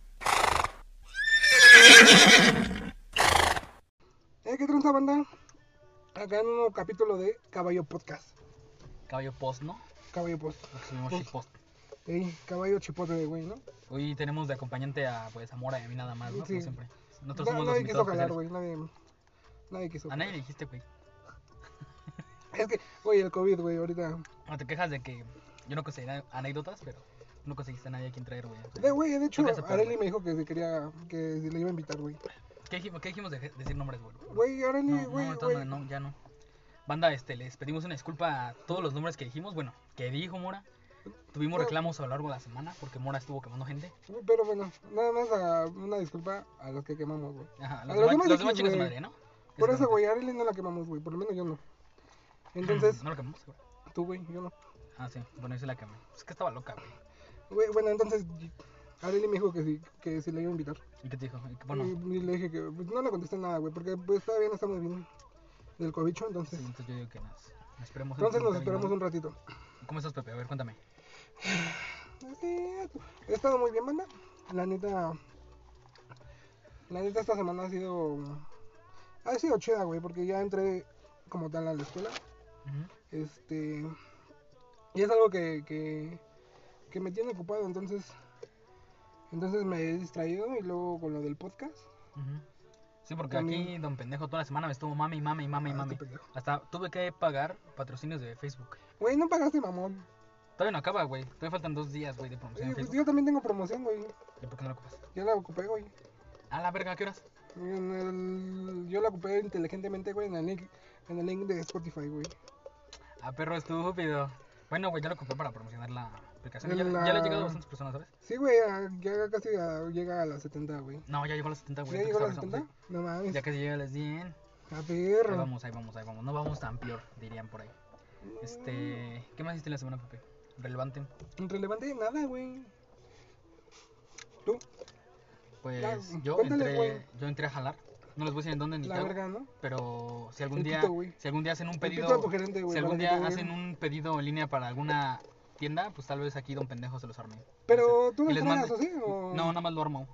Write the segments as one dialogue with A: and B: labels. A: onda, Eh, banda? Acá en un nuevo capítulo de Caballo Podcast.
B: Caballo post, ¿no?
A: Caballo Post.
B: Subimos
A: Post.
B: shitpost.
A: Ey, caballo chipote de güey, ¿no?
B: Hoy tenemos de acompañante a, pues, a Mora y a mí nada más, ¿no?
A: Sí.
B: Como siempre. Nosotros
A: Na-
B: somos los
A: nadie quiso
B: invitados
A: jalar,
B: especiales.
A: güey. Nadie, nadie quiso.
B: A nadie le dijiste, güey.
A: Es que, güey, el COVID, güey, ahorita.
B: No te quejas de que yo no conseguí na- anécdotas, pero no conseguiste a nadie a quien traer, güey. O sea,
A: De, güey, de hecho,
B: Tengo que aceptar,
A: Areli
B: güey.
A: me dijo que se quería, que si le iba a invitar, güey.
B: ¿Qué dijimos, qué dijimos de de decir nombres, güey?
A: Güey,
B: No,
A: Areli,
B: no,
A: güey,
B: ahorita
A: güey.
B: no, no, ya no. Banda, este, les pedimos una disculpa a todos los nombres que dijimos, bueno, que dijo Mora. Tuvimos
A: No.
B: reclamos a lo largo de la semana porque Mora estuvo quemando gente.
A: Pero bueno, nada más a- una disculpa a los que quemamos, güey.
B: Ajá,
A: A los
B: los demás,
A: demás
B: los
A: X,
B: demás chicos de
A: güey.
B: madre, ¿no?
A: Por eso,
B: Exactamente.
A: güey, a Areli no la quemamos, güey. Por lo menos yo no. Entonces,
B: No lo quemamos, güey.
A: tú, güey, yo no.
B: Ah, sí, bueno, yo sí la quemé. Es que estaba loca, güey.
A: Güey, bueno, entonces, Areli me dijo que sí, que sí le iba a invitar.
B: ¿Y qué te dijo? Y que,
A: Bueno.
B: Bueno,
A: Y, y le dije que pues, no le contesté nada, güey, porque pues todavía no estamos bien del cobicho,
B: sí,
A: entonces.
B: entonces yo digo que nos, nos esperemos.
A: Entonces
B: un-
A: nos esperamos
B: ¿no?
A: un ratito.
B: ¿Cómo estás, Pepe? A ver, cuéntame.
A: Así, he estado muy bien, banda. La neta. La neta, esta semana ha sido. Ha sido chida, güey, porque ya entré como tal a la escuela.
B: Ujú.
A: Este. Y es algo que, que, que me tiene ocupado, entonces. Entonces me he distraído y luego con lo del podcast.
B: Ujú. Sí, porque
A: También-
B: aquí Don Pendejo toda la semana me estuvo mame y mame y mame y
A: Ah,
B: mame.
A: este pendejo.
B: Hasta tuve que pagar patrocinios de Facebook.
A: Güey, no pagaste, mamón.
B: Todavía no acaba, güey. Todavía faltan dos días, güey, de promoción
A: Oye,
B: en
A: pues
B: Facebook.
A: yo también tengo promoción, güey.
B: ¿Y por qué no lo ocupas?
A: Yo la ocupé, güey.
B: A la verga, ¿a qué horas?
A: En el- Yo la ocupé inteligentemente, güey, en el link, en el link de Spotify, güey.
B: Ah, perro estúpido. Bueno, güey, ya lo compré para promocionar la aplicación. Ya,
A: La-
B: ya le ha llegado a bastantes personas, ¿sabes?
A: Sí, güey, ya, ya casi a- llega a las 70, güey.
B: No, ya llegó a las 70, Ah, güey.
A: ¿Ya llegó
B: ahorita
A: a
B: que
A: las
B: estaba
A: 70? No
B: pensando, sí.
A: mames.
B: Ya casi llega a las 100.
A: A
B: Ahí
A: perro.
B: vamos, ahí vamos, ahí vamos. No vamos tan peor, dirían por ahí. Este, ¿qué más hiciste la semana, Pepe? Relevante.
A: Relevante nada, güey. Tú,
B: Pues
A: Ya,
B: yo
A: cuéntale,
B: entré,
A: güey.
B: yo entré a jalar. No les voy a decir en dónde ni qué
A: la
B: hago,
A: verga, ¿no?
B: pero si algún
A: El
B: día
A: pito, güey.
B: si algún día hacen un
A: El
B: pedido
A: pito a tu gerente, güey,
B: si algún
A: para que
B: día
A: te den.
B: hacen un pedido en línea para alguna tienda, pues tal vez aquí don pendejo se los arme. No
A: Pero,
B: sé.
A: ¿tú
B: Y
A: los
B: les
A: tragas
B: mando-
A: así, o-
B: No, nada más lo armo.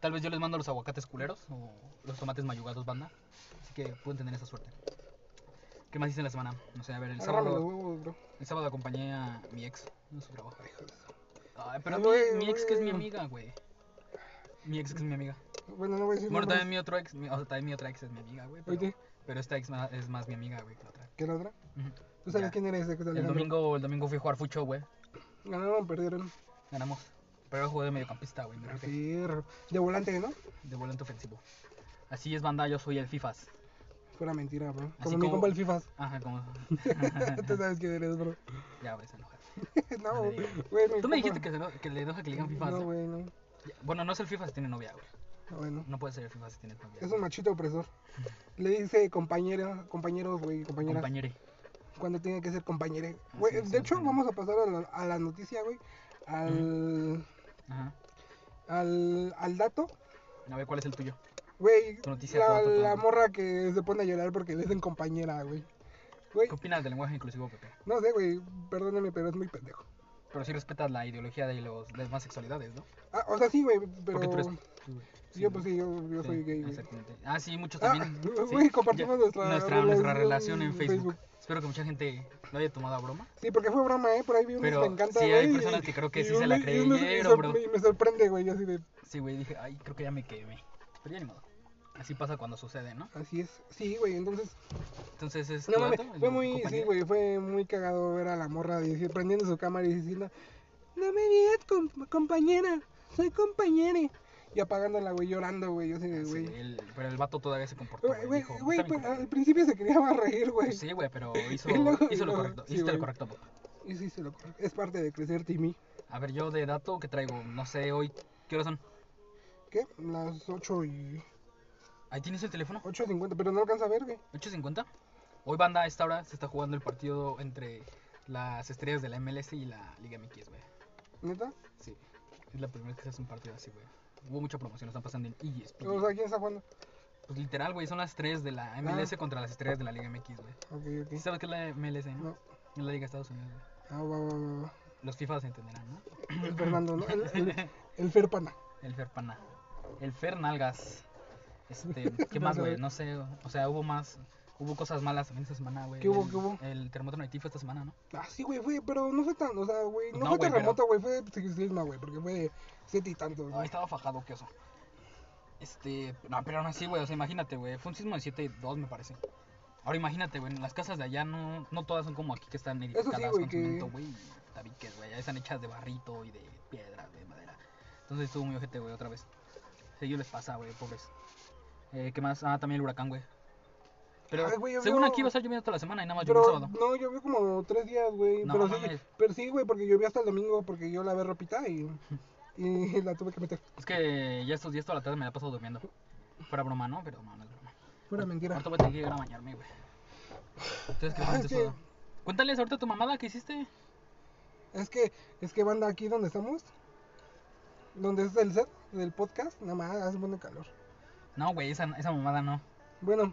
B: Tal vez yo les mando los aguacates culeros o los tomates mayugados, banda. Así que pueden tener esa suerte. ¿Qué más hice en la semana? No sé, a ver, el
A: Agárrame los
B: sábado,
A: huevos, bro.
B: el sábado acompañé a mi ex en su trabajo.
A: Hijo de su-
B: Ay, pero
A: Ay,
B: mi,
A: güey,
B: mi ex que es mi
A: güey.
B: amiga, güey. Mi ex que es mi amiga.
A: Bueno, no voy a decir
B: Bueno,
A: nombres.
B: también mi otro ex, mi, o sea, también mi otra ex es mi amiga, güey. Pero,
A: Oye.
B: pero esta ex ma- es más mi amiga, güey, que la otra.
A: ¿Qué la otra?
B: Ujú.
A: Tú sabes
B: Ya.
A: quién eres, Alejandro.
B: El domingo, el domingo fui a jugar fucho, güey.
A: Ganaron, perdieron.
B: Ganamos. Pero yo jugué de mediocampista, güey. me
A: A
B: rifé,
A: perro. De volante, ¿no?
B: De volante ofensivo. Así es, banda, yo soy el FIFAs.
A: Fuera mentira, bro.
B: Así
A: Como mi
B: como-
A: compa el FIFA.
B: Ajá, como.
A: Tú sabes quién eres, bro.
B: ya, güey, se enoja.
A: no,
B: Madre.
A: güey. mi
B: Tú
A: compa-
B: me dijiste que, se eno- que le enoja que le digan FIFAs.
A: No, güey, no.
B: Ya, Bueno, no es el FIFAs si tiene novia, güey.
A: No, Bueno,
B: No puede ser el FIFAs si tiene novia.
A: es un machito opresor. Le dice compañera, compañeros, güey, compañeras.
B: compañero.
A: Cuando tiene que ser compañere.
B: Así
A: Güey,
B: es,
A: de hecho,
B: compañero.
A: vamos a pasar a la, a la noticia, güey. Al,
B: Ajá.
A: al, al dato.
B: A ver, ¿cuál es el tuyo?
A: Güey,
B: Tu noticia, tu
A: la,
B: dato, tu
A: la
B: dato.
A: morra que se pone a llorar porque le dicen compañera, güey. Güey,
B: ¿Qué opinas del lenguaje inclusivo, Pepe?
A: no sé, güey, perdóname, pero es muy pendejo.
B: Pero sí respetas la ideología de los de las sexualidades, ¿no?
A: Ah, o sea, sí, güey, pero...
B: Porque tú eres.
A: yo, pues sí, yo, yo
B: Sí,
A: soy gay, güey.
B: Exactamente. Ah, sí, muchos
A: Ah,
B: también. sí.
A: güey, compartimos
B: Ya-
A: nuestra
B: nuestra, nuestra relación en
A: Facebook.
B: Facebook. Espero que mucha gente lo haya tomado a broma.
A: Sí, porque fue broma, ¿eh? Por ahí vi unos
B: Pero
A: me encanta,
B: sí hay
A: güey,
B: personas que creo que
A: y
B: sí se la
A: unos- y unos- y
B: creyeron,
A: sor-
B: bro.
A: Y me sorprende, güey, así de...
B: Sí, güey, dije, ay, creo que ya me quemé. Pero ya ni modo. Así pasa cuando sucede, ¿no?
A: Así es. Sí, güey, entonces...
B: Entonces es.
A: No
B: tu
A: mames,
B: dato, el
A: fue muy...
B: compañero.
A: Sí, güey, fue muy cagado ver a la morra decir- prendiendo su cámara y diciendo... No me digas com- compañera, soy compañere. Y apagándola, güey, llorando, güey, así de,
B: Ah, Sí,
A: güey.
B: güey, el- pero el vato todavía se comportó.
A: Güey,
B: Güey,
A: güey,
B: dijo,
A: güey,
B: "Está bien,
A: pues,
B: compadre".
A: al principio se quería más reír, güey.
B: Sí, güey, pero hizo,
A: Y luego- y
B: hizo lo
A: luego-
B: correcto.
A: sí,
B: Hiciste lo
A: güey.
B: correcto, papá.
A: Y sí, se lo corre. Es parte de crecer, Timmy.
B: A ver, yo de dato que traigo, no sé, hoy, ¿qué horas son?
A: ¿Qué? Las 8 y...
B: Ahí tienes el teléfono.
A: 8.50, pero no alcanza a ver, güey.
B: 8.50. Hoy, banda, a esta hora se está jugando el partido entre las estrellas de la MLS y la Liga MX, güey.
A: ¿Neta?
B: Sí. Es la primera vez que se hace un partido así, güey. Hubo mucha promoción, lo están pasando en E ESPN.
A: O sea, Ah. ¿quién está jugando?
B: Pues literal, güey, son las estrellas de la MLS contra las estrellas de la Liga MX, güey.
A: Ok, ok.
B: ¿Sí sabes qué es la MLS, no?
A: No.
B: Es la Liga de Estados Unidos, güey.
A: Ah, va, va, va, va.
B: Los FIFA se entenderán, ¿no?
A: El Fernando, ¿no? El, el, el Ferpana.
B: El Ferpana. El Fernalgas. Este, ¿qué más, güey? No sé, o sea, hubo más, hubo cosas malas también esta semana, güey.
A: ¿Qué hubo,
B: El-
A: qué hubo?
B: El terremoto en Haití fue esta semana, ¿no?
A: Ah, sí, güey, fue, pero no fue tan, o sea, güey, no,
B: No,
A: fue
B: güey,
A: terremoto, güey, fue pues, sisma, güey, porque fue de siete y tantos,
B: Ay,
A: güey.
B: estaba fajado, qué oso. Este, no, pero aún así, güey, o sea, imagínate, güey, fue un sismo de 7.2, me parece. Ahora imagínate, güey, en las casas de allá no, no todas son como aquí que están edificadas
A: güey,
B: con
A: que-
B: cemento, güey, y tabiques, güey, ya están hechas de barrito y de piedra, de madera. Entonces estuvo muy ojete, güey, otra vez. Seguido les pasa, güey, pobres. Eh, ¿qué más? Ah, también el huracán, güey. Pero
A: Ay, güey, yo
B: según
A: veo-
B: aquí iba a estar lloviendo toda la semana y nada más llovió el
A: Pero,
B: sábado.
A: no, llovió como tres días, güey,
B: No,
A: pero sí,
B: mames.
A: pero sí, güey, porque llovió hasta el domingo, porque yo lavé ropita y, y la tuve que meter.
B: Es que ya estos días toda la tarde me la he pasado durmiendo. Fuera broma, ¿no? Pero no, no es broma.
A: Pura mentira.
B: Ahorita voy a tener que ir a bañarme, güey. Entonces, ¿qué
A: Ah,
B: fue
A: es
B: eso? Cuéntales ahorita tu mamada que hiciste.
A: Es que, es que banda aquí donde estamos, donde es el set del podcast, nada más hace un buen calor.
B: No, güey, esa, esa mamada no.
A: Bueno,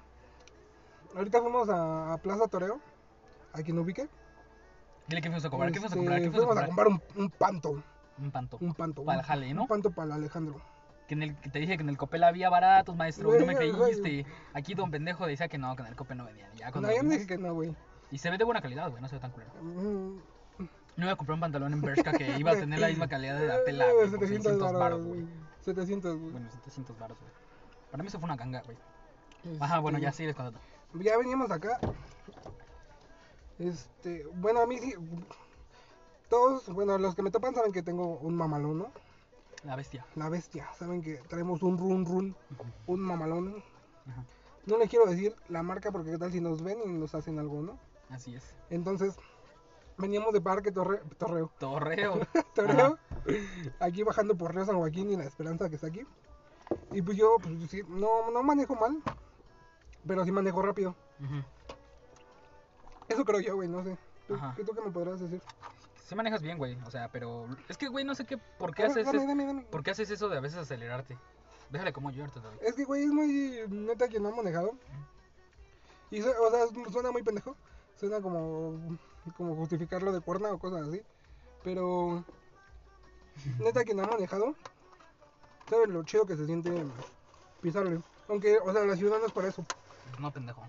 A: ahorita fuimos a, a Plaza Toreo, a quien ubique.
B: Dile que fuimos a cobrar, que fuimos a
A: Este,
B: comprar, que fuimos
A: fuimos a
B: a comprar.
A: comprar un, un panto,
B: Un panto.
A: un panto.
B: Para
A: un-
B: el jale,
A: Un
B: ¿no?
A: panto para el Alejandro.
B: Que, en el, que te dije que en el copel había baratos, maestro. No me
A: Güey, güey.
B: creíste. Aquí don pendejo decía que no, que en el copel no vendían. Ya, cuando
A: No, yo
B: lo
A: dije
B: vimos-
A: que no, güey.
B: Y se ve de buena calidad, güey, no se ve tan culero.
A: Mm,
B: No iba a comprar un pantalón en Bershka que iba a tener la misma calidad de la tela,
A: eh,
B: güey, por
A: 700
B: 600
A: baros,
B: baros, güey.
A: güey. 700, güey.
B: Bueno, 700 baros, güey. Para mí eso fue una ganga, güey. Ajá, bueno,
A: Este,
B: ya sigues contando.
A: Ya veníamos acá. Este, bueno, a mí sí. Todos, bueno, los que me topan saben que tengo un mamalón, ¿no?
B: La bestia.
A: La bestia. Saben que traemos un run run,
B: Ujú.
A: un mamalón.
B: Ajá.
A: No les quiero decir la marca porque qué tal si nos ven y nos hacen algo, ¿no?
B: Así es.
A: Entonces, veníamos de Parque Torre- Torreo.
B: Torreo.
A: Torreo. Aquí bajando por Río San Joaquín y la esperanza que está aquí. Y pues yo, pues sí, no, no manejo mal, pero sí manejo rápido.
B: Ujú.
A: Eso creo yo, güey, no sé. ¿Tú,
B: Ajá.
A: ¿qué, ¿Tú qué me podrás decir?
B: Sí manejas bien, güey. O sea, pero es que, güey, no sé qué. ¿Por qué
A: A ver,
B: haces?
A: dame,
B: es-
A: dame, dame.
B: ¿Por qué haces eso de a veces acelerarte? Déjale como yo ahorita te doy.
A: Es que, güey, es muy neta que no ha manejado. Y, su- o sea, suena muy pendejo. Suena como, como justificarlo de cuerna o cosas así. Pero, neta que no ha manejado. ¿Sabes lo chido que se siente pisarle? Aunque, o sea, la ciudad no es para eso.
B: No, pendejo.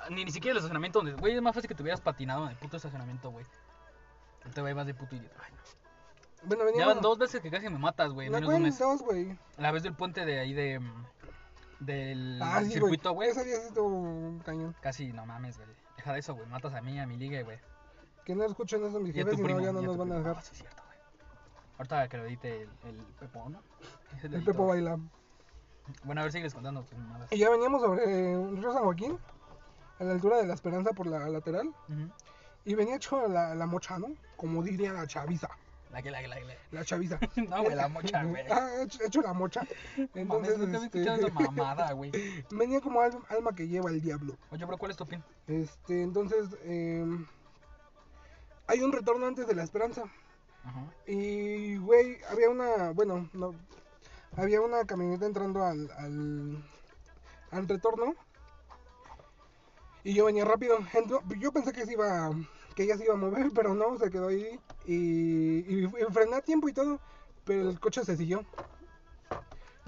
B: Ah, Ni, ni siquiera el estacionamiento donde. Güey, es más fácil que te hubieras patinado en el puto estacionamiento, güey. Te vas de puto idiota. Ay, no.
A: Bueno,
B: Ya
A: veníamos.
B: van dos veces que casi me matas, güey. en
A: No,
B: menos de un
A: ¿cuál?
B: mes.
A: dos, güey.
B: La vez del puente de ahí de. mm, Del
A: Ah, sí, güey.
B: circuito, güey.
A: Esa había sido un cañón.
B: Casi, no mames, güey. Deja de eso, güey. Matas a mí, a mi liga, güey.
A: Que no escuchen eso mis
B: Y a tu
A: jefes, si no,
B: primo.
A: ya no
B: y a
A: nos
B: tu
A: van a
B: primo.
A: dejar.
B: Ah, sí, es cierto, güey. Ahorita que lo edite el, el Pepo, ¿no? Ese lo
A: El
B: edito.
A: Pepo baila.
B: Bueno, a ver, sigues contando pues, tus mamadas.
A: Y ya veníamos sobre eh, Río San Joaquín, a la altura de la Esperanza por la lateral.
B: Ujú.
A: Y venía hecho la, la mocha, ¿no? Como diría la chaviza.
B: La que, la que, la que. la
A: La chaviza.
B: que. No, güey, la mocha, güey.
A: Ah, hecho, hecho la mocha.
B: Entonces,
A: Entonces,
B: Mames, nunca había
A: este,
B: escuchado esa mamada, güey.
A: venía como al- alma que lleva el diablo.
B: Oye, bro, ¿cuál es tu pin?
A: Este, entonces, eh, hay un retorno antes de la Esperanza.
B: Ajá.
A: Y, güey, había una, bueno, no, había una camioneta entrando al, al, al retorno. Y yo venía rápido. Ento- yo pensé que se iba, que ella se iba a mover, pero no, se quedó ahí. Y, y, fre- frené a tiempo y todo, pero el coche se siguió.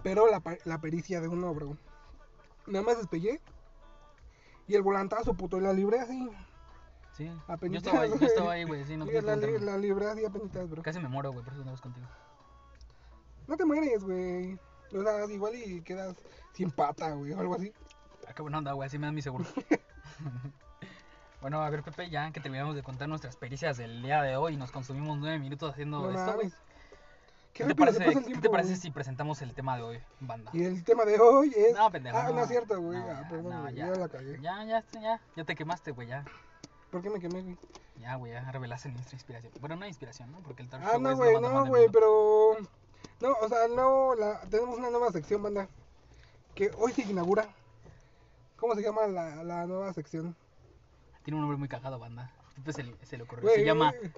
A: Pero la, pa- la pericia de un obro. Nada más despellé. Y el volantazo, puto, y la libré así.
B: Sí. Yo
A: Apenitas,
B: estaba ahí, yo
A: güey.
B: estaba ahí, güey. Sí, no
A: Y
B: tienes que
A: la, li-
B: contarme.
A: la libré así a penitas, bro.
B: Casi me muero, güey, por eso no vas contigo.
A: No te mueres, güey. O sea, igual y quedas sin pata, güey, o algo así.
B: Ah, qué buena onda, güey, así me dan mi seguro. bueno, a ver, Pepe, ya que terminamos de contar nuestras pericias del día de hoy, nos consumimos nueve minutos haciendo
A: No
B: esto, güey.
A: mames.
B: ¿Qué, te
A: rápido se
B: parece,
A: pasa el
B: ¿Qué
A: tiempo,
B: te parece
A: güey.
B: si presentamos el tema de hoy, banda?
A: Y el tema de hoy es.
B: No, pendejo.
A: Ah, no es cierto, güey.
B: No,
A: ah, perdón,
B: no,
A: güey,
B: ya,
A: ya, la cagué.
B: Ya, ya, ya. Ya te quemaste, güey, ya.
A: ¿Por qué me quemé, güey?
B: Ya, güey, ya revelaste nuestra inspiración. Bueno, no hay inspiración, ¿no? Porque el Dark
A: Ah,
B: Show
A: no,
B: es
A: güey,
B: la banda más
A: no,
B: del
A: güey,
B: mundo.
A: pero. No, o sea, no. La... Tenemos una nueva sección, banda. Que hoy se inaugura. ¿Cómo se llama la, la nueva sección?
B: Tiene un nombre muy cagado, banda. Pepe se le, se le ocurrió.
A: Güey,
B: se llama
A: güey,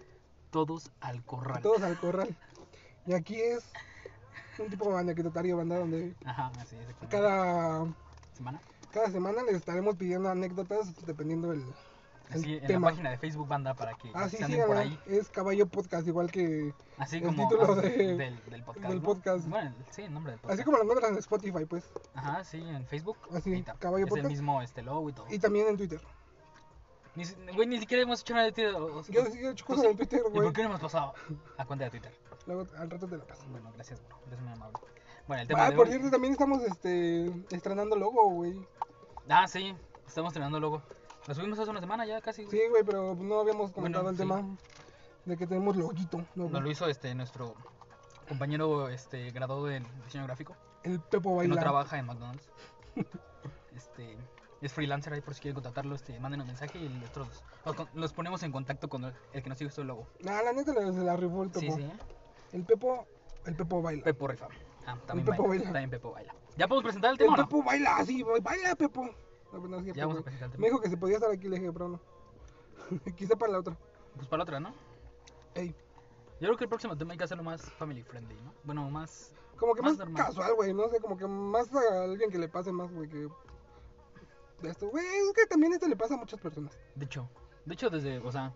B: Todos al Corral.
A: Todos al corral. Y aquí es un tipo de anecdotario, banda, donde
B: Ajá, así exactamente.
A: cada
B: semana.
A: Cada semana les estaremos pidiendo anécdotas dependiendo del,
B: Así, en
A: tema.
B: la página de Facebook Banda para que
A: Ah, sí,
B: se
A: sí,
B: anden por ahí.
A: es Caballo Podcast, igual que.
B: Así
A: el
B: como
A: título
B: ah,
A: de-
B: del, del podcast.
A: del
B: ¿no?
A: podcast.
B: Bueno, el- sí, el nombre del podcast.
A: Así como lo encuentras en Spotify, pues.
B: Ajá, sí, en Facebook.
A: Así,
B: ahí está.
A: Caballo
B: es
A: Podcast.
B: el mismo este logo y todo.
A: Y también en Twitter.
B: Ni, si- güey, ni siquiera hemos hecho nada de Twitter. o- o-
A: Yo
B: o-
A: yo he hecho
B: ¿tú
A: cosas
B: sí?
A: en Twitter,
B: ¿Y
A: güey.
B: por qué no hemos pasado a cuenta de Twitter?
A: Luego al rato te la paso.
B: Bueno, gracias, bro. Eres muy amable. Bueno, el tema
A: Ah,
B: de
A: por
B: hoy-
A: cierto, también estamos este, estrenando logo, güey.
B: Ah, sí, estamos terminando logo. Lo subimos hace una semana ya casi. güey.
A: Sí, güey, pero no habíamos comentado
B: Bueno,
A: el
B: sí.
A: tema de que tenemos loguito. ¿no?
B: Nos lo hizo este nuestro compañero este graduado en diseño gráfico,
A: El Pepo
B: que no
A: Baila.
B: trabaja en McDonald's. Este es freelancer ahí por si quieren contactarlo, este manden un mensaje y nosotros los, con- los ponemos en contacto con el, el que nos hizo el logo.
A: Nah, la neta la- se la rifó el
B: Sí,
A: Pepo.
B: sí. ¿eh?
A: El Pepo, el Pepo Baila.
B: Pepo Rifa. Ah, también
A: Pepo baila.
B: baila, También Pepo baila. Ya podemos presentar el
A: el
B: tema, o ¿no?
A: Pepo Baila, así, güey, baila Pepo. No, pues no, sí,
B: Ya vamos a
A: Pepo.
B: presentar el tema.
A: Me dijo que se podía estar aquí, le dije, pero no. Quizá para la otra.
B: Pues para la otra, ¿no?
A: Ey,
B: Yo creo que el próximo tema hay que hacerlo más family friendly, ¿no? Bueno, más
A: como que
B: Más
A: más,
B: normal.
A: casual, güey, no sé, como que más a alguien que le pase más, güey, que... De esto, güey, es que también esto le pasa a muchas personas.
B: de hecho. De hecho desde, o sea,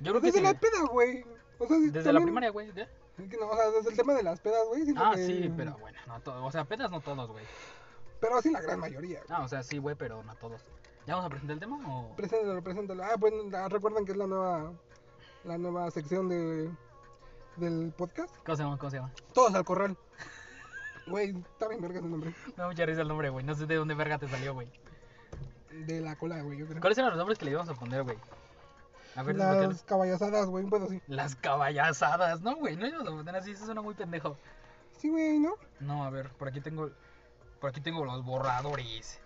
B: yo creo que
A: Desde
B: si-
A: la peda, güey. O sea, sí,
B: desde la
A: también-
B: primaria, güey, ya.
A: Es que no, o sea, desde el tema de las pedas, güey. siento
B: Ah,
A: que-
B: sí, pero bueno, no todos. O sea, apenas no todos, güey.
A: Pero sí la gran mayoría.
B: Ah, o sea, sí, güey, pero no todos. ¿Ya vamos a presentar el tema o...?
A: Preséntalo, preséntalo. Ah, pues la- recuerden que es la nueva la nueva sección de del podcast.
B: ¿Cómo se llama? ¿Cómo se llama?
A: Todos al corral. Güey, está bien verga su nombre.
B: Me da mucha risa el nombre, güey. No sé de dónde verga te salió, güey.
A: De la cola, güey, yo creo.
B: ¿Cuáles eran los nombres que le íbamos a poner, güey? A ver, desbloquealos.
A: Las caballazadas, güey, bueno, sí.
B: Las caballazadas. No, güey, no íbamos a poner así. Eso suena muy pendejo.
A: Sí, güey, ¿no?
B: No, a ver, por aquí tengo... Por aquí tengo los borradores.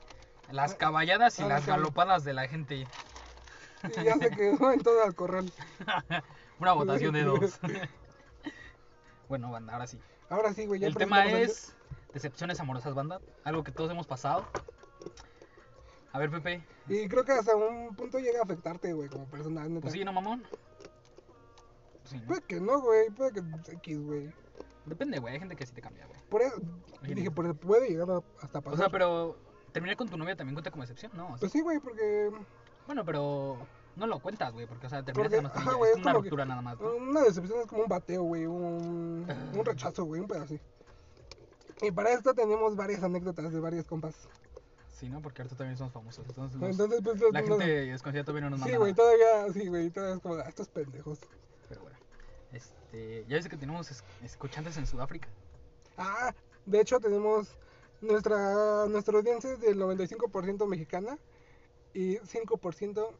B: Las caballadas y
A: Ah,
B: las
A: cabrón.
B: galopadas de la gente.
A: Y ya se quedó en todo al corral.
B: Una votación de dos. bueno, banda, ahora sí.
A: Ahora sí, güey, ya
B: El tema
A: presentamos
B: es decepciones amorosas, banda. Algo que todos hemos pasado. A ver, Pepe.
A: el- Y creo que hasta un punto llega a afectarte, güey, como persona, neta.
B: Pues sí, ¿no, mamón? Pues sí, ¿no?
A: Puede que no, güey, puede que X, güey.
B: Depende, güey. Hay gente que sí te cambia, güey.
A: Por eso,
B: Oye,
A: dije,
B: no.
A: por puede llegar a- hasta pasar.
B: O sea, pero terminar con tu novia también cuenta como decepción, ¿no? O sea,
A: Pues sí, güey, porque
B: bueno, pero no lo cuentas, güey, porque, o sea, terminaste
A: Porque,
B: nada más con
A: ajá,
B: ella.
A: güey,
B: Es
A: es
B: una
A: como que-
B: ruptura nada más, ¿no?
A: una decepción es como un bateo, güey, un,
B: Ah.
A: un rechazo, güey, un pedazo. Y para esto tenemos varias anécdotas de varias compas.
B: Sí, ¿no? Porque ahorita también somos famosos. Entonces, nos-
A: Entonces, pues,
B: la
A: no-
B: gente desconocida todavía no nos manda
A: Sí, güey,
B: nada,
A: todavía, sí, güey, todavía es como, ah, estos pendejos.
B: Pero bueno. Este, ya dice que tenemos es- escuchantes en Sudáfrica.
A: Ah, de hecho tenemos nuestra, nuestra audiencia es del 95% mexicana y 5%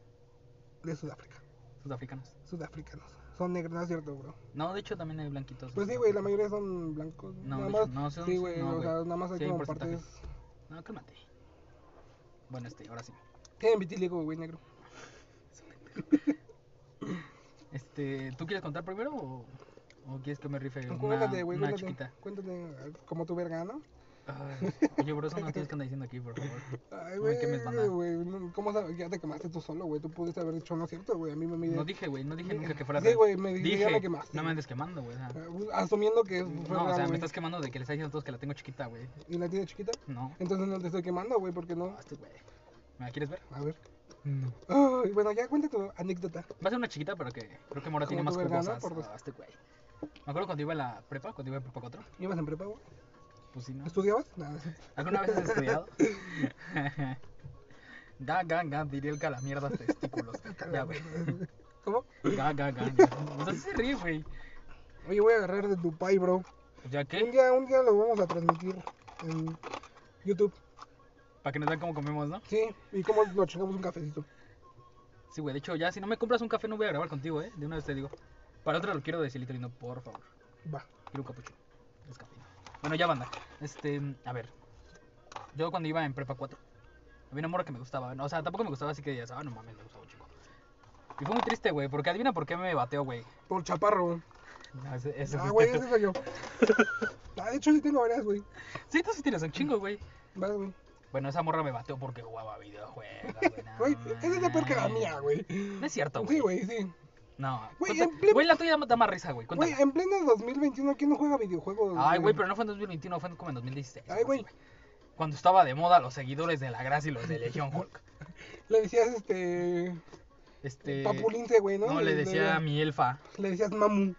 A: de Sudáfrica,
B: Sudafricanos.
A: sudafricanos. Son negros, no es cierto, bro.
B: No, de hecho también hay blanquitos. en
A: Pues sí, güey, la
B: Sudáfrica.
A: mayoría son blancos.
B: No,
A: nada
B: de
A: más,
B: hecho, no, son-
A: sí, güey,
B: no,
A: o
B: güey.
A: sea, nada más hay
B: Sí, hay
A: como
B: porcentaje.
A: partes.
B: No, cálmate. Bueno, este, ahora sí.
A: Tienen vitíligo, güey, negro.
B: Este, ¿tú quieres contar primero o, o quieres que me rife una,
A: Cuéntate, güey,
B: una
A: cuéntate.
B: chiquita?
A: Cuéntate ah, como tu verga, ¿no?
B: Ay, oye, bro, eso no tienes que andar diciendo aquí, por favor.
A: Ay,
B: No me
A: güey,
B: quemes, banda.
A: güey, no, ¿cómo sabes? Ya te quemaste tú solo, güey. Tú pudiste haber dicho, no es cierto, güey. A mí me mide.
B: No dije, güey, no dije
A: Mira,
B: nunca que fuera
A: sí,
B: real.
A: güey, me dijiste, ya
B: dije,
A: me quemaste.
B: no me andes quemando, güey. o sea,
A: Ah, Asumiendo que fue
B: no, o
A: real,
B: sea, me
A: güey.
B: estás quemando de que les estás diciendo a todos que la tengo chiquita, güey.
A: ¿Y la tiene chiquita?
B: No,
A: Entonces no te estoy quemando, güey, porque no.
B: no, este güey. ¿Me la quieres ver?
A: A ver.
B: No.
A: Ay, bueno, ya cuenta tu anécdota.
B: Va a ser una chiquita, pero que creo que Mora
A: Como
B: tiene más
A: tu verga, ¿no?
B: cosas.
A: Por dos.
B: Ah, este güey. Me acuerdo cuando iba a la prepa, cuando iba a prepa 4.
A: ¿Ibas en prepa, güey?
B: Pues sí, ¿no?
A: ¿Estudiabas? Nada.
B: ¿Alguna vez has estudiado? ga, ga, ga, diría el calamierda testículos. ya, güey.
A: ¿Cómo?
B: Ga, ga, ga, ga. O sea, sí se ríe, güey.
A: Oye, voy a agarrar de tu pai, bro.
B: ¿Ya
A: Un
B: qué?
A: día, un día lo vamos a transmitir en YouTube.
B: Para que nos vean cómo comemos, ¿no?
A: Sí, y cómo nos chingamos un cafecito.
B: Sí, güey. De hecho, ya si no me compras un café, no voy a grabar contigo, ¿eh? De una vez te digo. Para otra lo quiero de cilitro y no, por favor.
A: Va.
B: Quiero un capuchino. Es café. Bueno, ya banda. Este, a ver. Yo cuando iba en prepa 4, había una morra que me gustaba. No, o sea, tampoco me gustaba, así que dirías, ah, no mames, me gustaba un chico. Y fue muy triste, güey, porque adivina por qué me bateó, güey.
A: Por chaparro.
B: No, ese- ese
A: Ah,
B: fuiste
A: güey,
B: tú.
A: ese soy yo. Ah, de hecho, sí tengo varias, güey.
B: Sí, tú sí tienes un chingo, güey.
A: Vas, güey.
B: Bueno, esa morra me bateó porque jugaba videojuegos, güey. no
A: Güey, esa es la peor que la
B: mames.
A: mía, güey.
B: No es cierto, güey.
A: Sí, güey, sí.
B: No.
A: Güey,
B: cuenta-
A: en pleno-
B: Güey, la tuya da más risa, güey.
A: Güey,
B: cuéntala.
A: en pleno 2021, ¿quién no juega videojuegos?
B: Ay, güey, pero no fue en 2021, fue como en 2016.
A: Ay, güey.
B: Cuando estaba de moda los seguidores de la gracia y los de Legión Hulk.
A: Le decías, este...
B: Este.
A: Papulince, güey, ¿no?
B: No, le decía a mi elfa.
A: Le decías mamu.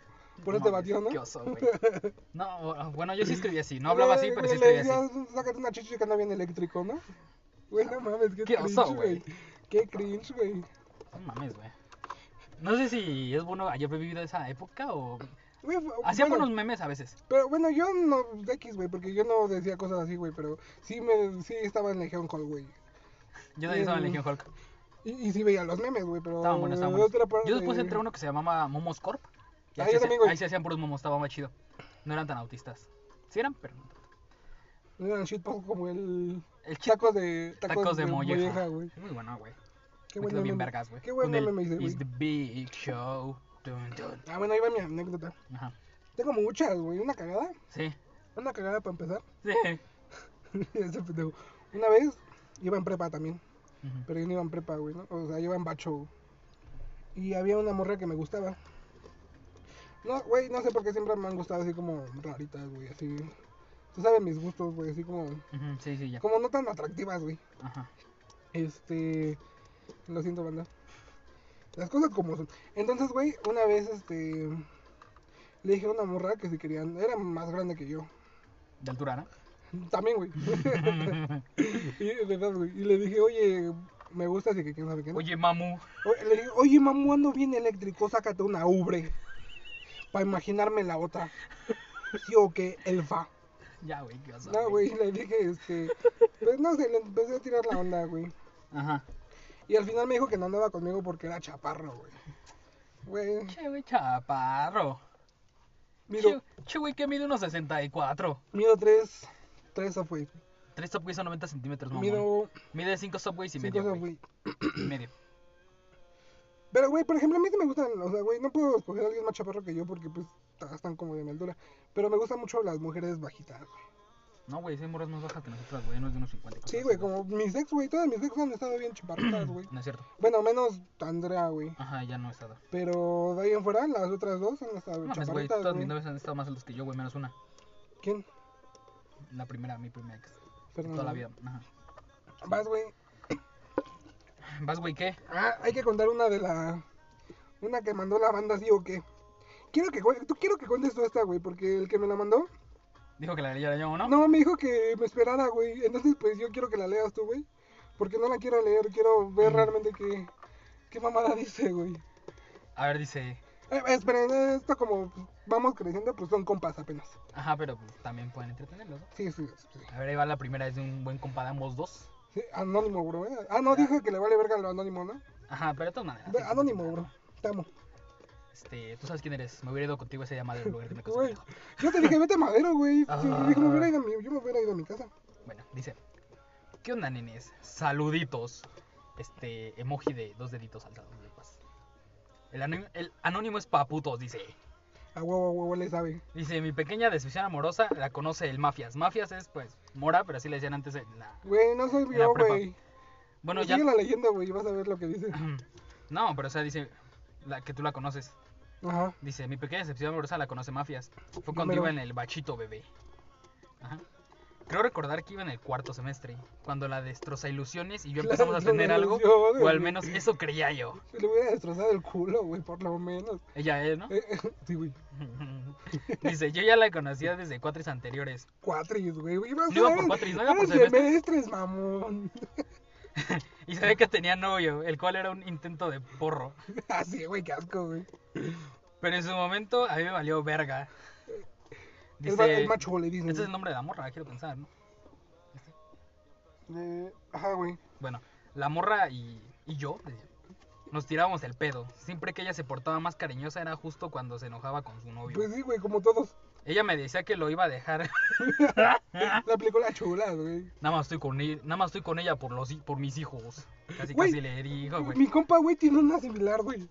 A: Por eso te
B: mames,
A: batió, ¿no?
B: Qué oso, güey. No, bueno, yo sí escribía así. No hablaba así, pero sí escribía
A: Le
B: así.
A: decías, sácate una chichi que anda bien eléctrico, ¿no? Güey, no mames, qué,
B: Qué
A: cringe,
B: oso, güey.
A: Qué cringe, güey.
B: No mames, güey. No sé si es bueno haber vivido esa época o.
A: Güey,
B: Hacía
A: bueno,
B: buenos memes a veces.
A: Pero bueno, yo no, de X, güey, porque yo no decía cosas así, güey, pero sí, me, sí estaba en Legion Call, güey.
B: Yo también estaba en
A: Mm.
B: Legion Hulk.
A: Y, y sí veía los memes, güey, pero...
B: Estaban buenos, estaban
A: de
B: buenos.
A: otra parte-
B: Yo después entré a uno que se llamaba Momos Corp. Y
A: Ah, yo
B: ahí, se,
A: también, güey.
B: ahí se hacían puros momos, estaba más chido. No eran tan autistas. Sí eran, pero. no tanto.
A: No eran shitpost como el...
B: El chip.
A: Tacos de... Tacos,
B: Tacos de molleja.
A: güey.
B: Muy bueno, güey.
A: Qué
B: me
A: bueno
B: quedó bien
A: meme.
B: vergas, güey.
A: Qué buen
B: Con el
A: meme me hice, güey.
B: It's the big show. Dun, dun.
A: Ah, bueno, ahí va mi anécdota.
B: Ajá.
A: Tengo muchas, güey. Una cagada.
B: Sí.
A: Una cagada para empezar.
B: Sí.
A: Ese pendejo. Una vez iba en prepa también.
B: Ujú.
A: Pero yo no iba en prepa, güey, ¿no? O sea, yo iba en bacho. güey. Y había una morra que me gustaba. No, güey, no sé por qué siempre me han gustado así como raritas, güey, así. Tú sabes mis gustos, güey, así como.
B: Ujú, Sí, sí, ya.
A: Como no tan atractivas, güey.
B: Ajá.
A: Este. Lo siento, banda. Las cosas como son. Entonces, güey, una vez, este. Le dije a una morra que si querían. Era más grande que yo.
B: De altura, ¿no?
A: También, güey. y, de verdad, güey. y le dije, oye, me gusta, así que quién sabe qué. ¿no?
B: Oye, mamu.
A: O- Le dije, oye, mamu, ando bien eléctrico, sácate una ubre. Para imaginarme la otra. Sí o qué, elfa.
B: Ya, güey, qué oso,
A: No, güey, le dije, este. Pues no sé, le empecé a tirar la onda, güey.
B: Ajá.
A: Y al final me dijo que no andaba conmigo porque era chaparro, güey. Güey,
B: Che, güey, chaparro.
A: mido,
B: Che- Che, güey, que mide unos 64.
A: mido tres, tres subway.
B: Tres subways son 90 centímetros, mamón.
A: Mido
B: Mide 5 subways y
A: cinco
B: medio, güey.
A: subway.
B: Y medio.
A: Pero, güey, por ejemplo, a mí sí me gustan, o sea, güey, no puedo escoger a alguien más chaparro que yo porque, pues, ta- están como de mi altura. Pero me gustan mucho las mujeres bajitas, güey.
B: No, güey, sí hay morras más bajas que nosotras, güey. No es de unos 50.
A: Sí,
B: cosas
A: güey,
B: así,
A: como mis ex, güey, todas mis ex han estado bien chaparritas, güey.
B: No es cierto.
A: Bueno, menos Andrea, güey.
B: Ajá, ya no he estado.
A: Pero de ahí en fuera, las otras dos han estado
B: No
A: bien
B: mames, güey.
A: chaparritas,
B: Todas
A: güey.
B: mis novias han estado más altas que yo, güey, menos una.
A: ¿Quién?
B: La primera, mi primera ex.
A: Fernanda.
B: Toda la vida. pues, Ajá.
A: Vas, güey.
B: ¿Vas, güey, qué?
A: Ah, hay que contar una de la... Una que mandó la banda, ¿sí o qué? Quiero que, cuen- tú quiero que cuentes tú esta, güey, porque el que me la mandó...
B: Dijo que la leyera yo, ¿no?
A: No, me dijo que me esperara, güey. Entonces, pues yo quiero que la leas tú, güey. Porque no la quiero leer, quiero ver realmente qué, qué mamada dice, güey.
B: A ver, dice.
A: Eh, esperen, esto como vamos creciendo, pues son compas apenas.
B: Ajá, pero pues, también pueden entretenerlos, ¿no?
A: Sí, sí, sí.
B: A ver, ahí va la primera, es de un buen compa de ambos dos.
A: Sí, anónimo, bro. eh. Ah, no, dije que le vale verga lo anónimo, ¿no?
B: Ajá, pero de todas maneras.
A: Ve,
B: Ah, sí,
A: Anónimo, bro. Te amo.
B: Este, tú sabes quién eres. Me hubiera ido contigo ese llamado del lugar que me casó.
A: Güey, yo te dije, vete a madero, güey. Sí,
B: Ah.
A: dije, me hubiera ido a mi- yo me hubiera ido a mi casa.
B: Bueno, dice. ¿Qué onda, nenes? Saluditos. Este, emoji de dos deditos alzados. de paz. El, anónimo, el anónimo es paputos, dice.
A: A huevo, a huevo, le sabe.
B: Dice, mi pequeña desviación amorosa la conoce el Mafias. Mafias es, pues, Mora, pero así le decían antes en la...
A: Güey, no soy
B: En la
A: yo,
B: prepa.
A: güey. Pues
B: Bueno, ya...
A: Sigue la leyenda, güey, vas a ver lo que dice.
B: No, pero o sea, dice la, que tú la conoces.
A: Ajá.
B: Dice, mi pequeña decepción amorosa la conoce Mafias. Fue
A: Número.
B: cuando iba en el bachito bebé. Ajá. Creo recordar que iba en el cuarto semestre, cuando la destroza ilusiones y yo
A: La
B: empezamos a tener algo,
A: Destroza
B: o al
A: Ilusiones.
B: menos eso creía yo.
A: Le hubiera destrozado el culo, güey, por lo menos.
B: Ella es, ¿no?
A: Eh, eh, sí, güey.
B: Dice, yo ya la conocía desde cuatro anteriores.
A: Cuatris, güey. Iba
B: No iba por cuatris, no iba por semestres.
A: semestres, mamón.
B: Y se ve que tenía novio, el cual era un intento de porro.
A: Así, Ah, güey, qué asco, güey.
B: Pero en su momento a mí me valió verga.
A: El, ma-
B: Dice,
A: el macho le dicen.
B: este es el nombre de la morra, quiero pensar, ¿no?
A: Eh, ajá, güey.
B: Bueno, la morra y, y yo eh, nos tirábamos el pedo. Siempre que ella se portaba más cariñosa era justo cuando se enojaba con su novio.
A: Pues sí, güey, como todos.
B: Ella me decía que lo iba a dejar. Ah.
A: Le aplicó la chula, güey.
B: nada más estoy con él, nada más estoy con ella por los hi- por mis hijos. Casi
A: Güey,
B: casi le dijo, güey.
A: Mi compa, güey, tiene una similar, güey.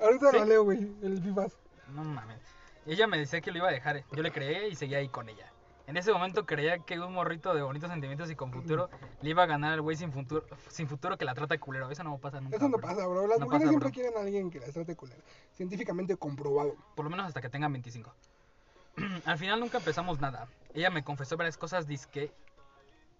A: Ahorita
B: ¿Sí?
A: la leo, güey. El Vivas.
B: No mames. Ella me decía que lo iba a dejar. Yo le creí y seguía ahí con ella. En ese momento creía que un morrito de bonitos sentimientos y con futuro le iba a ganar al güey sin futuro, sin futuro que la trata culero. Eso no pasa nunca.
A: Eso no
B: bro.
A: pasa, bro. Las
B: No
A: mujeres
B: pasa,
A: siempre
B: bro.
A: quieren a alguien que las trate culero. Científicamente comprobado.
B: Por lo menos hasta que tengan 25. Al final nunca empezamos nada. Ella me confesó varias cosas disque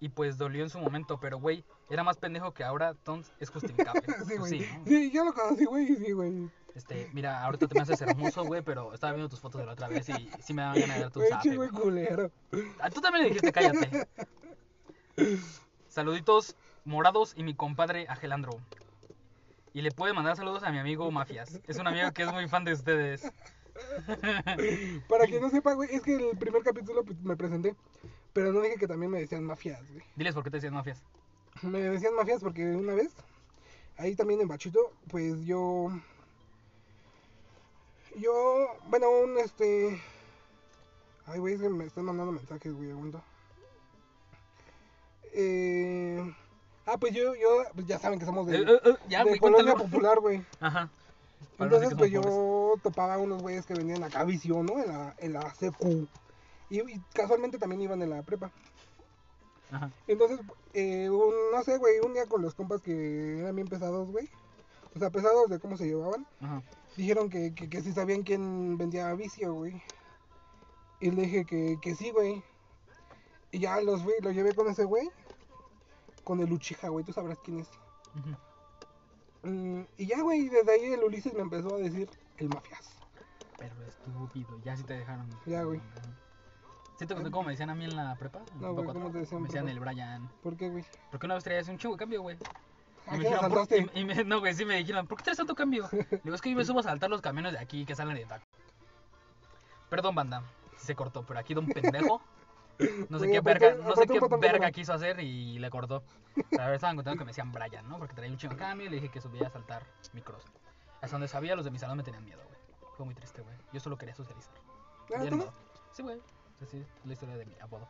B: Y pues dolió en su momento, pero güey, era más pendejo que ahora, entonces es justificable.
A: sí,
B: Pues
A: güey. Sí,
B: ¿no?
A: yo lo conocí, güey, y sí, güey.
B: Este, mira, ahorita te me haces hermoso, güey, pero estaba viendo tus fotos de la otra vez y sí me daban ganas de dar tu
A: Güey,
B: zape,
A: chingo
B: güey.
A: y culero.
B: Ah, Tú también le dijiste cállate. Saluditos morados y mi compadre Agelandro. Y le puede mandar saludos a mi amigo Mafias. Es un amigo que es muy fan de ustedes.
A: Para quien no sepa, güey, es que el primer capítulo pues, me presenté, pero no dije que también me decían mafias, güey.
B: Diles por qué te decían Mafias.
A: Me decían mafias porque una vez, ahí también en Bachito, pues yo. Yo, bueno, un este. Ay, güey, se me están mandando mensajes, güey, aguanta. Eh... Ah, pues yo, yo, pues ya saben que somos de,
B: Eh, eh, eh, ya,
A: de
B: güey,
A: Colonia
B: cuéntalo.
A: Popular, güey.
B: Ajá. Para los
A: Entonces,
B: que
A: pues
B: son pobres.
A: yo topaba a unos güeyes que vendían acá visión, ¿no? En la, en la CQ. Y, y casualmente también iban en la prepa.
B: Ajá.
A: Entonces, eh, un- no sé, güey, un día con los compas que eran bien pesados, güey. O sea, pesados de cómo se llevaban.
B: Ajá.
A: Dijeron que, que, que sí sabían quién vendía vicio, güey. Y le dije que, que sí, güey. Y ya los, güey, los llevé con ese güey. Con el Uchija, güey, tú sabrás quién es.
B: Ujú.
A: Mm, y ya, güey, desde ahí el Ulises me empezó a decir el mafias.
B: Pero estúpido, ya sí te dejaron.
A: Ya, güey.
B: ¿Sí te gustó cómo me decían a mí en la prepa? En
A: No,
B: la
A: güey,
B: prepa
A: ¿cómo
B: cuatro.
A: te decían en
B: Me decían
A: prepa?
B: el Brian.
A: ¿Por qué, güey?
B: Porque una vez traías un chingo de cambio, güey.
A: ¿A
B: Y me
A: quién
B: dijeron, "¿Por-
A: Ah, asaltaste?
B: y- y me- no, güey, sí me dijeron, ¿por qué traes tanto cambio? Le digo, es que yo me subo a saltar los camiones de aquí que salen de taco. Perdón, banda, se cortó, pero aquí de un pendejo. No sé
A: Oye,
B: qué
A: aparte-
B: verga, no sé
A: aparte un
B: qué
A: botón que
B: verga
A: no-
B: quiso hacer y le cortó. La verdad estaban contando que me decían Brian, ¿no? Porque traía un chingo de cambio y le dije que subía a saltar micros. Hasta donde sabía, los de mi salón me tenían miedo, güey. Fue muy triste, güey. Yo solo quería socializar.
A: Ah,
B: Ya
A: ¿tú
B: ni
A: no?
B: modo. Sí, güey. O sea, sí, es la historia de mi apodo.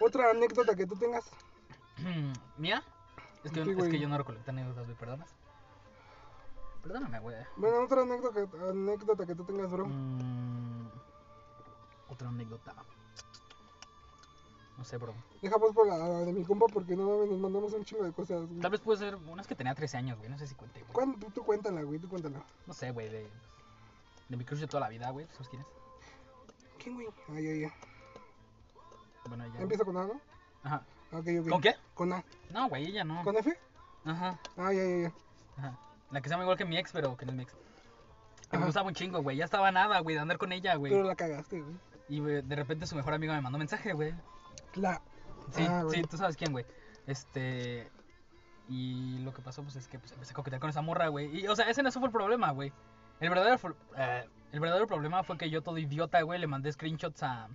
A: Otra anécdota que tú tengas.
B: ¿Mía? Es que,
A: Sí,
B: es
A: güey.
B: que yo no recolecté anécdotas, güey, ¿perdonas? Perdóname, güey.
A: Bueno, otra anécdota, anécdota que tú tengas, bro.
B: Mm, otra anécdota. No sé, bro.
A: Deja pues por la, la de mi compa porque no mames, nos mandamos un chingo de cosas. güey.
B: Tal vez puede ser. Bueno, es que tenía 13 años, güey. No sé si cuente, güey.
A: ¿Cuándo? Tú, tú cuéntala, güey, tú cuéntala.
B: No sé, güey. De, de mi crush de toda la vida, güey. ¿Sabes quién es?
A: ¿Quién, güey? Ay, ay, ay.
B: Bueno, ella.
A: ¿Empieza con A, no?
B: Ajá.
A: Ah, Ok, ok.
B: ¿Con qué?
A: Con A.
B: No, güey, ella no.
A: ¿Con F? Ah,
B: Ajá.
A: Ay, ay, ay.
B: Ajá. La que se llama igual que mi ex, pero que no es mi ex. Que
A: Ajá.
B: me gustaba un chingo, güey. Ya estaba nada, güey, de andar con ella, güey.
A: Pero la cagaste, güey.
B: Y güey, de repente su mejor amiga me mandó mensaje, güey.
A: La.
B: Sí,
A: Ah,
B: sí,
A: güey.
B: tú sabes quién, güey. Este. Y lo que pasó, pues es que pues, empecé a coquetear con esa morra, güey. Y, o sea, ese no fue el problema, güey. El verdadero, fol- eh, el verdadero problema fue que yo, todo idiota, güey, le mandé screenshots a.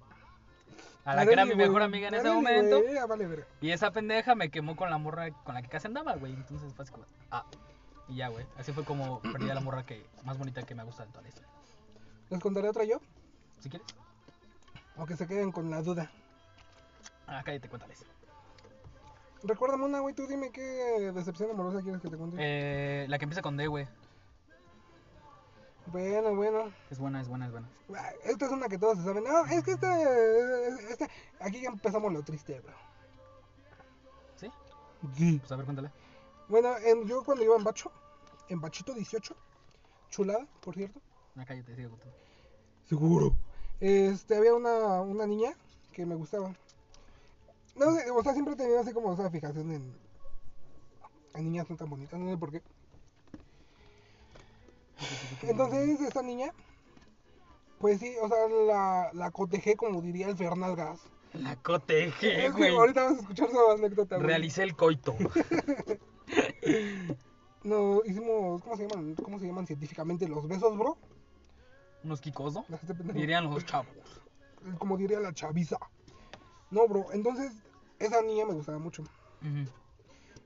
B: A la que era mi
A: Areli, güey.
B: mejor amiga en ese
A: Areli,
B: momento.
A: güey, Ah, vale, verga.
B: Y esa pendeja me quemó con la morra con la que casi andaba, güey. Entonces fue así como. Ah. Y ya, güey. Así fue como perdí a la morra que más bonita que me gusta de toda la historia.
A: ¿Les contaré otra yo?
B: Si quieres.
A: O que se queden con la duda.
B: Ah, cállate, cuéntales.
A: Recuérdame una, güey, tú dime qué decepción amorosa quieres que te cuente.
B: Eh, la que empieza con D, güey.
A: Bueno, bueno.
B: Es buena, es buena, es buena.
A: Ah, Esta es una que todos se saben. No, es que este, esta, eh, esta. Aquí ya empezamos lo triste, bro.
B: ¿Sí?
A: Sí.
B: Pues a ver, cuéntale.
A: Bueno, en- yo cuando iba en Bacho, en Bachito 18, chulada, por cierto.
B: Ah, cállate, sigue contando.
A: Seguro. Este, había una, una niña que me gustaba. No sé, o sea, siempre he tenido así como esa fijación en, en niñas no tan bonitas, no sé por qué. Entonces, esa niña, pues sí, o sea, la, la cotejé como diría el Fernalgas.
B: La cotejé,
A: Es que
B: güey.
A: ahorita vas a escuchar su anécdota, güey.
B: Realicé el coito.
A: No, hicimos, ¿cómo se llaman? ¿Cómo se llaman científicamente los besos, bro?
B: Unos quicos, ¿no?
A: No sé, pendejo.
B: Dirían los chavos.
A: como diría la chaviza. No, bro, entonces esa niña me gustaba mucho.
B: Ujú.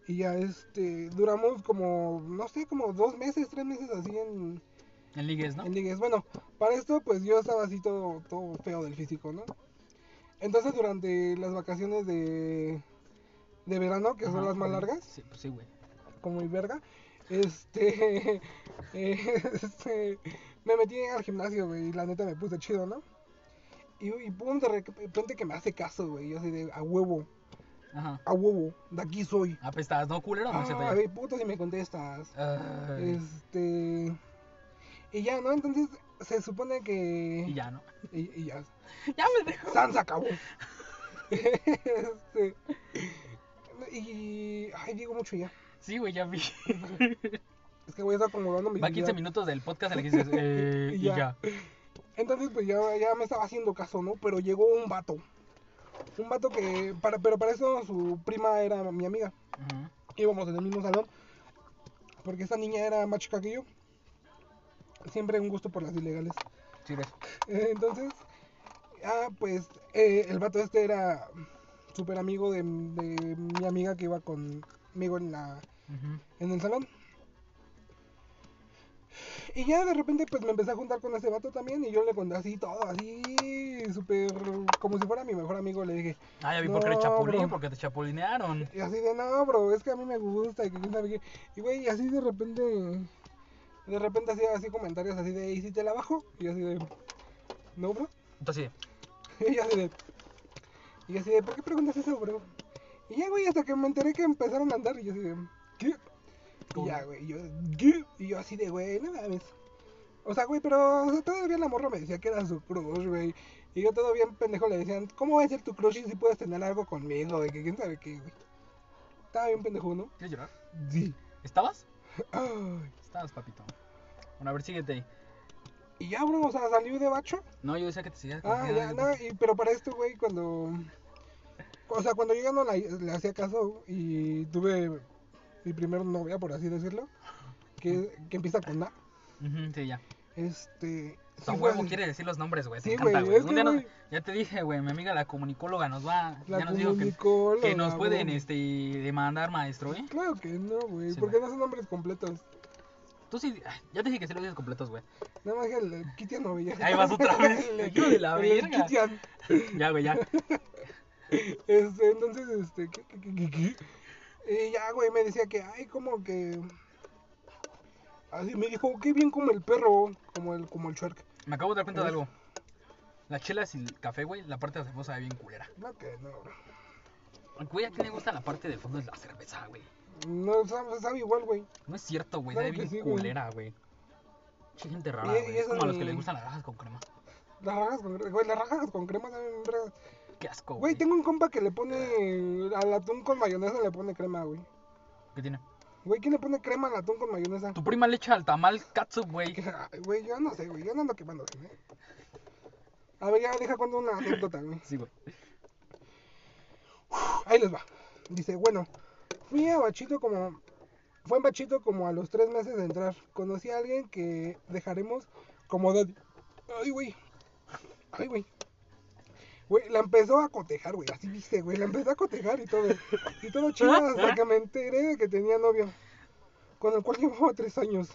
A: Y ya este, duramos como, no sé, como dos meses, tres meses así en,
B: En ligues, ¿no?
A: en ligues. Bueno, para esto pues yo estaba así todo, todo feo del físico, ¿no? Entonces durante las vacaciones de, de verano, que son
B: Ajá,
A: las más
B: sí.
A: largas,
B: Sí, pues sí, güey.
A: como mi verga, este, este, me metí al gimnasio, güey, y la neta me puse chido, ¿no? Y, y pum, de repente que me hace caso, güey, yo así de a huevo,
B: Ajá.
A: a huevo, de aquí soy.
B: Apestadas, ¿no, culero? No se
A: Ay,
B: te...
A: puto, si me contestas.
B: Ay.
A: Este. Y ya, ¿no? Entonces se supone que.
B: Y ya, ¿no?
A: Y, y ya.
B: Ya me dejó.
A: San se acabó. este, y. Ay, digo mucho ya.
B: Sí, güey, ya vi.
A: Es que voy a estar acomodando mi
B: Va
A: vida.
B: 15 minutos del podcast en el que dices, eh,
A: Y
B: y
A: ya.
B: ya.
A: Entonces, pues ya, ya me estaba haciendo caso, ¿no? Pero llegó un vato. Un vato que. Para, pero para eso su prima era mi amiga.
B: Ujú.
A: íbamos en el mismo salón. Porque esta niña era más chica que yo. Siempre un gusto por las ilegales.
B: Sí, de eso.
A: Eh, Entonces, ah, pues eh, el vato este era súper amigo de, de mi amiga que iba conmigo en, la,
B: Ujú.
A: en el salón. Y ya de repente pues me empecé a juntar con ese vato también y yo le conté así todo, así súper como si fuera mi mejor amigo, le dije,
B: Ah, ya vi por qué eres
A: No,
B: chapulín,
A: bro.
B: porque te chapulinearon.
A: Y así de, no, bro, es que a mí me gusta y que quién sabe qué. Y güey, y así de repente, de repente hacía así comentarios así de, ¿y si te la bajo? Y yo así de, no, bro.
B: Entonces,
A: Y yo así de, y yo así de, ¿por qué preguntas eso, bro? Y ya, güey, hasta que me enteré que empezaron a andar y yo así de, ¿qué? Y ya, güey, yo, ¿qué? Y yo así de, güey, no mames. O sea, güey, pero o sea, todavía la morra me decía que era su crush, güey. Y yo todavía en pendejo le decían, ¿cómo va a ser tu crush si puedes tener algo conmigo? De que quién sabe qué, güey. Estaba bien pendejo, ¿no?
B: ¿quieres llorar?
A: Sí.
B: ¿Estabas?
A: Ay.
B: Estabas, papito. Bueno, a ver, síguete ahí.
A: Y ya, bro, o sea, salió de bacho.
B: No, yo decía que te sigas.
A: Ah, ya, no, y, pero para esto, güey, cuando... O sea, cuando yo ya no la- le hacía caso y tuve mi primer novia, por así decirlo, que, que empieza con A,
B: Ujú, sí, ya.
A: este...
B: Tu
A: sí fue
B: huevo
A: así.
B: quiere decir los nombres, güey.
A: Sí,
B: Te encanta,
A: güey,
B: güey.
A: es
B: Un
A: que,
B: día nos-
A: güey.
B: Ya te dije, güey, mi amiga la comunicóloga nos va.
A: La
B: ya nos dijo que,
A: comunicóloga,
B: que nos pueden
A: güey.
B: este, demandar, maestro, ¿eh?
A: Claro que no, güey,
B: Sí,
A: porque no son nombres completos.
B: Tú sí. ay, Ya te dije que sí los dices completos, güey.
A: Nada más que el, el Kitian no veía.
B: Ahí vas otra vez,
A: El-
B: hijo de la
A: el- el
B: verga.
A: Kitian.
B: Ya, güey, ya.
A: Este, entonces, este, ¿qué, qué, qué, qué, qué? Y ya, güey, me decía que, ay, como que... Así me dijo, qué bien como el perro, como el, como el chuerk.
B: Me acabo de dar cuenta de algo. Las chelas y el café, güey, la parte de fondo sabe bien culera.
A: No, que no, bro.
B: Güey, ¿a quién le gusta la parte del fondo de la cerveza, güey?
A: No, sabe, sabe igual, güey.
B: No es cierto, güey,
A: Claro
B: sabe
A: que
B: bien
A: sí, güey.
B: culera, güey. Che gente rara,
A: Y- y
B: güey. Es
A: eso
B: como a los que
A: ni-
B: les gustan las rajas con crema.
A: Las rajas con, cre- güey, las rajas con crema saben... verga.
B: Qué asco,
A: Güey,
B: güey.
A: tengo un compa que le pone al atún con mayonesa, le pone crema, güey.
B: ¿Qué tiene?
A: Güey, ¿quién le pone crema al atún con mayonesa?
B: Tu prima le echa al tamal katsup, güey.
A: Ay, Güey, yo no sé, güey, yo no ando quemando, güey. A ver, ya deja cuando una anécdota, güey.
B: Sí, güey.
A: Ahí les va. Dice, bueno, fui a Bachito como... Fue en Bachito como a los tres meses de entrar. Conocí a alguien que dejaremos como... Daddy. Ay, güey. Ay, güey. Güey, la empezó a cotejar, güey. Así dice, güey. La empezó a cotejar y todo. Y todo chido hasta que me enteré de que tenía novio. Con el cual llevaba tres años.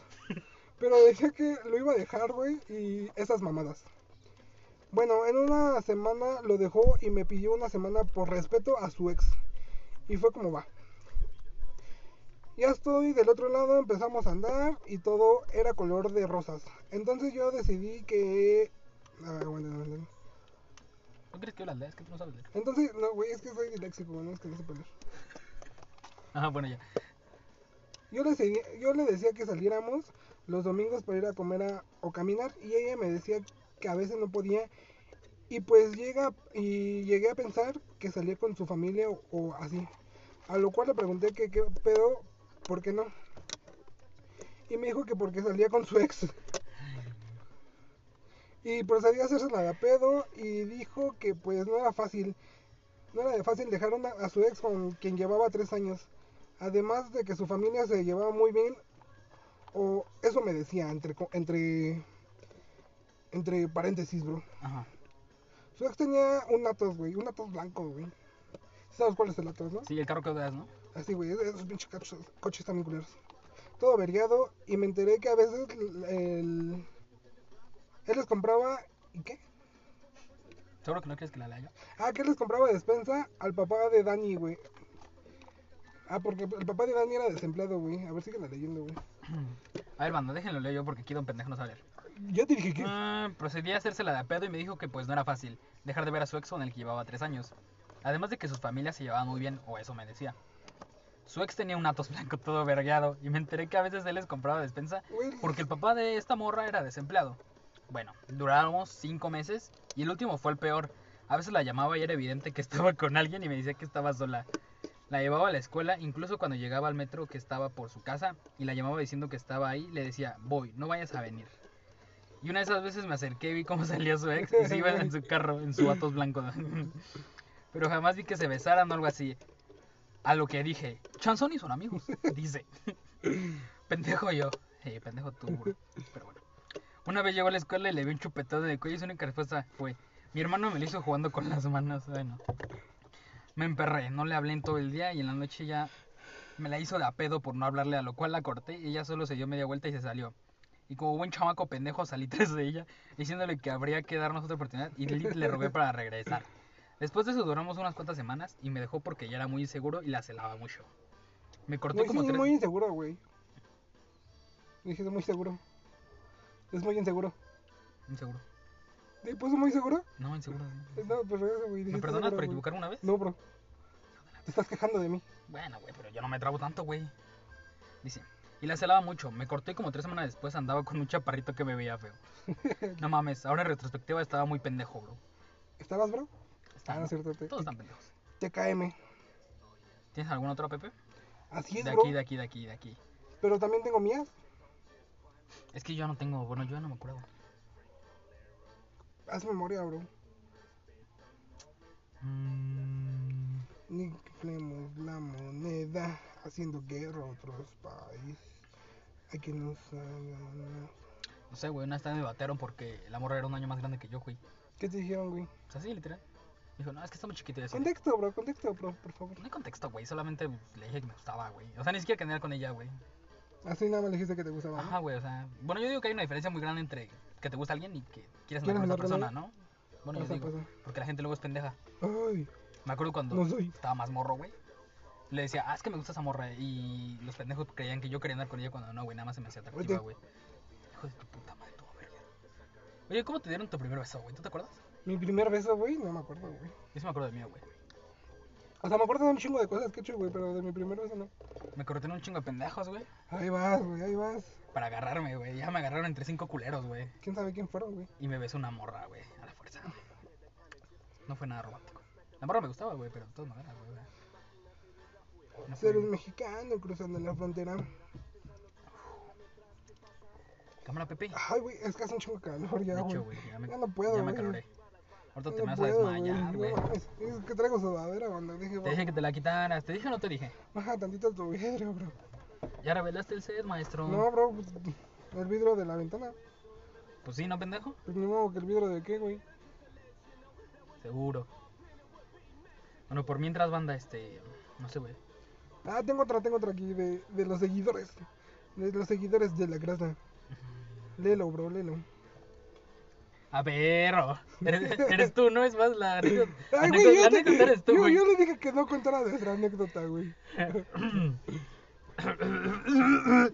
A: Pero decía que lo iba a dejar, güey. Y esas mamadas. Bueno, en una semana lo dejó y me pidió una semana por respeto a su ex. Y fue como va. Ya estoy del otro lado, empezamos a andar y todo era color de rosas. Entonces yo decidí que... Ah, bueno, no, no.
B: ¿No crees que yo las lea? Es que tú no sabes leer.
A: Entonces, no, güey, es que soy disléxico, no es que no sé poner.
B: Ajá, bueno, ya.
A: Yo le, seguí- yo le decía que saliéramos los domingos para ir a comer a- o caminar y ella me decía que a veces no podía y pues llega y llegué a pensar que salía con su familia o, o así. A lo cual le pregunté que qué pedo, ¿por qué no? Y me dijo que porque salía con su ex. Y procedió a hacerse la de pedo y dijo que pues no era fácil. No era de fácil dejar una- a su ex con quien llevaba tres años. Además de que su familia se llevaba muy bien, o eso me decía, entre, co- entre, entre paréntesis, bro.
B: Ajá.
A: Su ex tenía un Atos, güey, un Atos blanco, güey. ¿Sabes cuál es el Atos, no?
B: Sí, el carro que odias, ¿no?
A: Así, güey, es- esos pinches cachos- coches también culeros. Todo averiado, y me enteré que a veces l- el- él les compraba, ¿y qué?
B: Seguro que no quieres que la lea yo.
A: Ah, que él les compraba despensa al papá de Dani, güey. Ah, porque el papá de Dani era desempleado, güey. A ver, sigue la leyendo, güey.
B: A ver, banda, déjenlo leer yo porque aquí don pendejo no sabe leer.
A: Ya te dije que...
B: Mm, procedí a hacerse la de pedo y me dijo que pues no era fácil dejar de ver a su ex con el que llevaba tres años. Además de que sus familias se llevaban muy bien, o eso me decía. Su ex tenía un Atos blanco todo vergueado y me enteré que a veces él les compraba despensa
A: Güey,
B: porque el papá de esta morra era desempleado. Bueno, durábamos cinco meses y el último fue el peor. A veces la llamaba y era evidente que estaba con alguien y me decía que estaba sola. La llevaba a la escuela, incluso cuando llegaba al metro que estaba por su casa y la llamaba diciendo que estaba ahí, le decía, voy, no vayas a venir. Y una de esas veces me acerqué y vi cómo salía su ex y se iba en su carro, en su vatos blanco. Pero jamás vi que se besaran o algo así. A lo que dije, Chanson y son amigos, dice. pendejo yo. Eh, pendejo tú, bro. Pero bueno. Una vez llegó a la escuela y le vi un chupetón de cuello y su única respuesta fue, mi hermano me lo hizo jugando con las manos. Bueno. Me emperré, no le hablé en todo el día y en la noche ya me la hizo de a pedo por no hablarle, a lo cual la corté y ella solo se dio media vuelta y se salió. Y como buen chamaco pendejo salí tras de ella, diciéndole que habría que darnos otra oportunidad y le, le rogué para regresar. Después de eso duramos unas cuantas semanas y me dejó porque ya era muy inseguro y la celaba mucho. Me cortó
A: Muy,
B: como
A: sí,
B: tres...
A: muy inseguro, güey. Dije, es muy seguro. Es muy inseguro.
B: Inseguro.
A: ¿Te puso muy seguro?
B: No, inseguro. no.
A: No, pues regresa, güey.
B: ¿Me
A: dijiste seguro,
B: perdonas por
A: güey.
B: equivocarme una vez?
A: No, bro. Te estás quejando de mí.
B: Bueno, güey, pero yo no me trabo tanto, güey. Dice. Y la celaba mucho. Me corté y como tres semanas después andaba con un chaparrito que me veía feo. No mames, ahora en retrospectiva estaba muy pendejo, bro.
A: ¿Estabas, bro? Ah,
B: Estaba-
A: no es cierto. Te,
B: Todos están pendejos.
A: TKM.
B: ¿Tienes algún otro, Pepe?
A: Así es,
B: De
A: bro.
B: aquí, de aquí, de aquí, de aquí.
A: Pero también tengo mías.
B: Es que yo no tengo, bueno, yo ya no me acuerdo.
A: Haz memoria, bro.
B: Mm,
A: Inflemos la moneda haciendo guerra a otros países. Hay que nos hagan-
B: no sé, güey, una vez también me batearon porque la morra era un año más grande que yo, güey.
A: ¿Qué te dijeron, güey?
B: O sea, sí, literal. Dijo, no, es que está muy chiquito y así.
A: Contexto, bro, contexto, bro, por favor.
B: No hay contexto, güey, solamente le dije que me gustaba, güey. O sea, ni siquiera que andara con ella, güey.
A: Así nada más le dijiste que te gustaba. ¿no?
B: Ajá, güey, o sea, bueno, yo digo que hay una diferencia muy grande entre que te gusta alguien y que quieres
A: ¿Quieres
B: andar con esa
A: andar con
B: persona,
A: ella?
B: ¿no? Bueno, yo
A: Pasa,
B: digo,
A: pasa.
B: porque la gente luego es pendeja.
A: Ay,
B: Me acuerdo cuando
A: no soy.
B: estaba más morro, güey. Le decía, ah, es que me gusta esa morra. Y los pendejos creían que yo quería andar con ella cuando no, güey, nada más se me hacía atractiva,
A: Oye.
B: güey. Hijo de tu puta madre, todo verga. Oye, ¿cómo te dieron tu primer beso, güey? ¿Tú te acuerdas?
A: Mi primer beso, güey, no me acuerdo, güey.
B: Yo sí me acuerdo del mío, güey.
A: O sea, me acuerdo de un chingo de cosas que he hecho, güey, pero de mi primer beso no.
B: Me corrieron un chingo de pendejos, güey,
A: Ahí vas, güey, ahí vas.
B: para agarrarme, güey. Ya me agarraron entre cinco culeros, güey.
A: ¿Quién sabe quién fueron, güey?
B: Y me besó una morra, güey, a la fuerza. güey. No fue nada romántico. La morra me gustaba, güey, pero de todas maneras, güey. ¿verdad? No
A: Si
B: fue-
A: eres mexicano cruzando la frontera.
B: Cámara, Pepe.
A: Ay, güey, es que hace un chingo de calor Ah, ya,
B: De
A: güey.
B: hecho, güey, ya me,
A: Ya no puedo,
B: ya me
A: güey.
B: caloré. Ahorita te
A: No
B: me vas a
A: puedo,
B: desmayar, güey.
A: no mames. Es que traigo sudadera, banda. Dije,
B: Te dije que te la quitaras. ¿Te dije o no te dije?
A: baja tantito tu vidrio, bro.
B: Ya revelaste el set, maestro.
A: No, bro, pues, el vidrio de la ventana.
B: Pues sí, ¿no, pendejo?
A: Pues ni modo que el vidrio de qué, güey.
B: Seguro. Bueno, por mientras, banda, este... No sé, güey.
A: Ah, tengo otra, tengo otra aquí de, de los seguidores. De los seguidores de la grasa. Lelo, bro, lelo.
B: A ver, oh, eres, eres tú, no es más la anécdota.
A: Ay,
B: anécdota-
A: güey, yo
B: la
A: te-
B: anécdota eres tú,
A: yo,
B: güey.
A: yo le dije que no contara de nuestra anécdota, güey.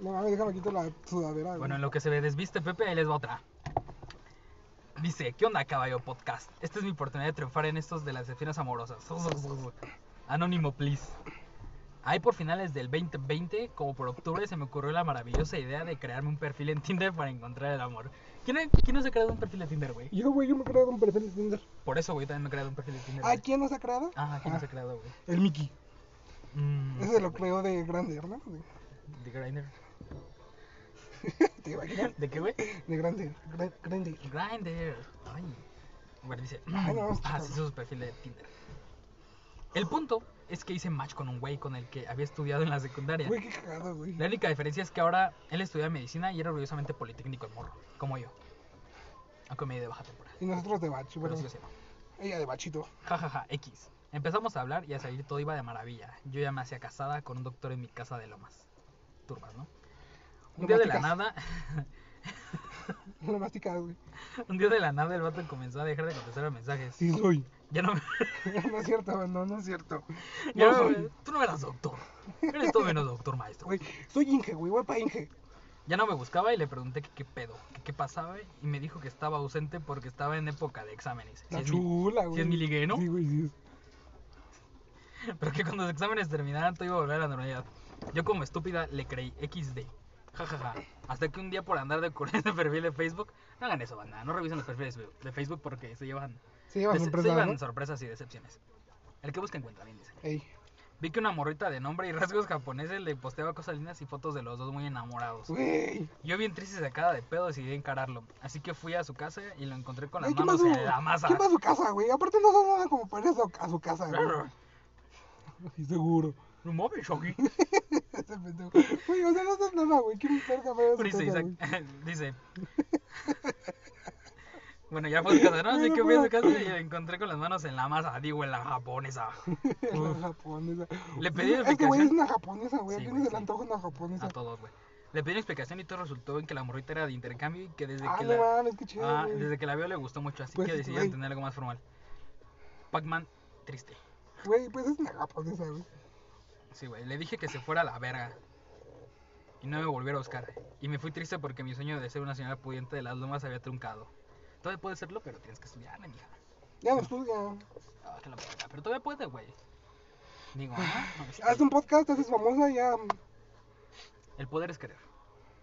A: No, mames, déjame quitar la sudadera, güey.
B: Bueno, en lo que se ve desviste, Pepe, ahí les va otra. Dice, ¿qué onda, caballo podcast? Esta es mi oportunidad de triunfar en estos de las escenas amorosas. Anónimo, please. Ahí por finales del 2020, como por octubre, se me ocurrió la maravillosa idea de crearme un perfil en Tinder para encontrar el amor. ¿Quién, ha- quién no se ha creado un perfil de Tinder, güey?
A: Yo, güey, yo me he creado un perfil de Tinder.
B: Por eso, güey, también me he creado un perfil de Tinder.
A: ¿A
B: güey.
A: quién nos ha creado?
B: Ah, ¿quién no se ha
A: Ah,
B: creado, güey?
A: El Mickey.
B: Mm,
A: Ese lo creó de grande, ¿no?
B: De Grindr.
A: ¿Te imaginas?
B: ¿De qué, güey?
A: De grande, gran- grande.
B: Grindr. Ay. Bueno, dice.
A: Ay, no, es
B: ah,
A: chico.
B: sí, su perfil de Tinder. El punto es que hice match con un güey con el que había estudiado en la secundaria.
A: Güey, qué cagado, güey.
B: La única diferencia es que ahora él estudia medicina y era orgullosamente politécnico el morro, como yo. Aunque me di de baja temporada.
A: Y nosotros de bachi,
B: Pero
A: bueno,
B: sí lo sé.
A: ella de bachito.
B: Jajaja, X. Empezamos a hablar y a salir todo iba de maravilla. Yo ya me hacía casada con un doctor en mi casa de Lomas. Turbas, ¿no? Un día de la
A: Lomáticas.
B: nada,
A: No lo masticas, güey.
B: un día de la nada el vato comenzó a dejar de contestar los mensajes.
A: Sí, soy.
B: Ya no me...
A: no es cierto, no, no es cierto.
B: Ya,
A: No soy.
B: güey, tú no eras doctor. Eres todo menos doctor, maestro.
A: Güey, soy Inge, güey, voy pa' Inge.
B: Ya no me buscaba y le pregunté que qué pedo, que qué pasaba y me dijo que estaba ausente porque estaba en época de exámenes. Si
A: La
B: es mi-
A: chula,
B: si
A: güey.
B: es mi ligue, ¿no?
A: Sí, güey, sí. es.
B: Pero que cuando los exámenes terminaran todo iba a volver a la normalidad. Yo como estúpida le creí XD. Ja, ja, ja. Hasta que un día por andar de corriente de perfil de Facebook, no hagan eso, banda. No revisen los perfiles de Facebook porque se llevan,
A: Se llevan
B: se- se
A: sorpresa,
B: llevan
A: ¿no?
B: sorpresas y decepciones. El que busca encuentra, bien dice.
A: Ey,
B: Vi que una morrita de nombre y rasgos japoneses le posteaba cosas lindas y fotos de los dos muy enamorados.
A: güey.
B: Yo bien triste y sacada de pedo decidí encararlo. Así que fui a su casa y lo encontré con
A: Güey,
B: las
A: ¿Quién va a
B: manos
A: su-
B: en la masa.
A: quién va a su casa, güey? Aparte no son nada como para eso a su casa, güey.
B: Claro.
A: Sí, seguro.
B: No mames, Shogi.
A: Ese pendejo. Güey, o sea, no son nada, güey. ¿Quién verga va a su casa,
B: Dice, Isaac,
A: güey?
B: dice. Bueno, ya fue a su casa, ¿no? Así que fui a su casa y lo encontré con las manos en la masa. Digo, en la japonesa.
A: La
B: Uf,
A: japonesa.
B: Le pedí
A: Es que, güey, es
B: explicación.
A: una japonesa, güey.
B: Sí,
A: ¿A quién
B: güey,
A: se le
B: sí.
A: antoja una japonesa?
B: A todos, güey. Le pedí una explicación y todo resultó en que la morrita era de intercambio y que desde
A: Ah,
B: que
A: no
B: la...
A: mames, qué chido,
B: Ah,
A: güey.
B: desde que la vio le gustó mucho, así
A: Pues,
B: que decidieron
A: güey.
B: tener algo más formal. Pac-Man, triste.
A: Güey, pues es una japonesa, güey.
B: Sí, güey. Le dije que se fuera a la verga. Y no me volviera a buscar. Y me fui triste porque mi sueño de ser una señora pudiente de las lomas había truncado. Todavía puede serlo, pero tienes que estudiar, mi hija.
A: Ya no estudia.
B: Ah, que la verga, Pero todavía puede, güey. Digo, ah, no, es
A: Haz
B: que
A: un podcast, te haces famosa, ya.
B: El poder es querer.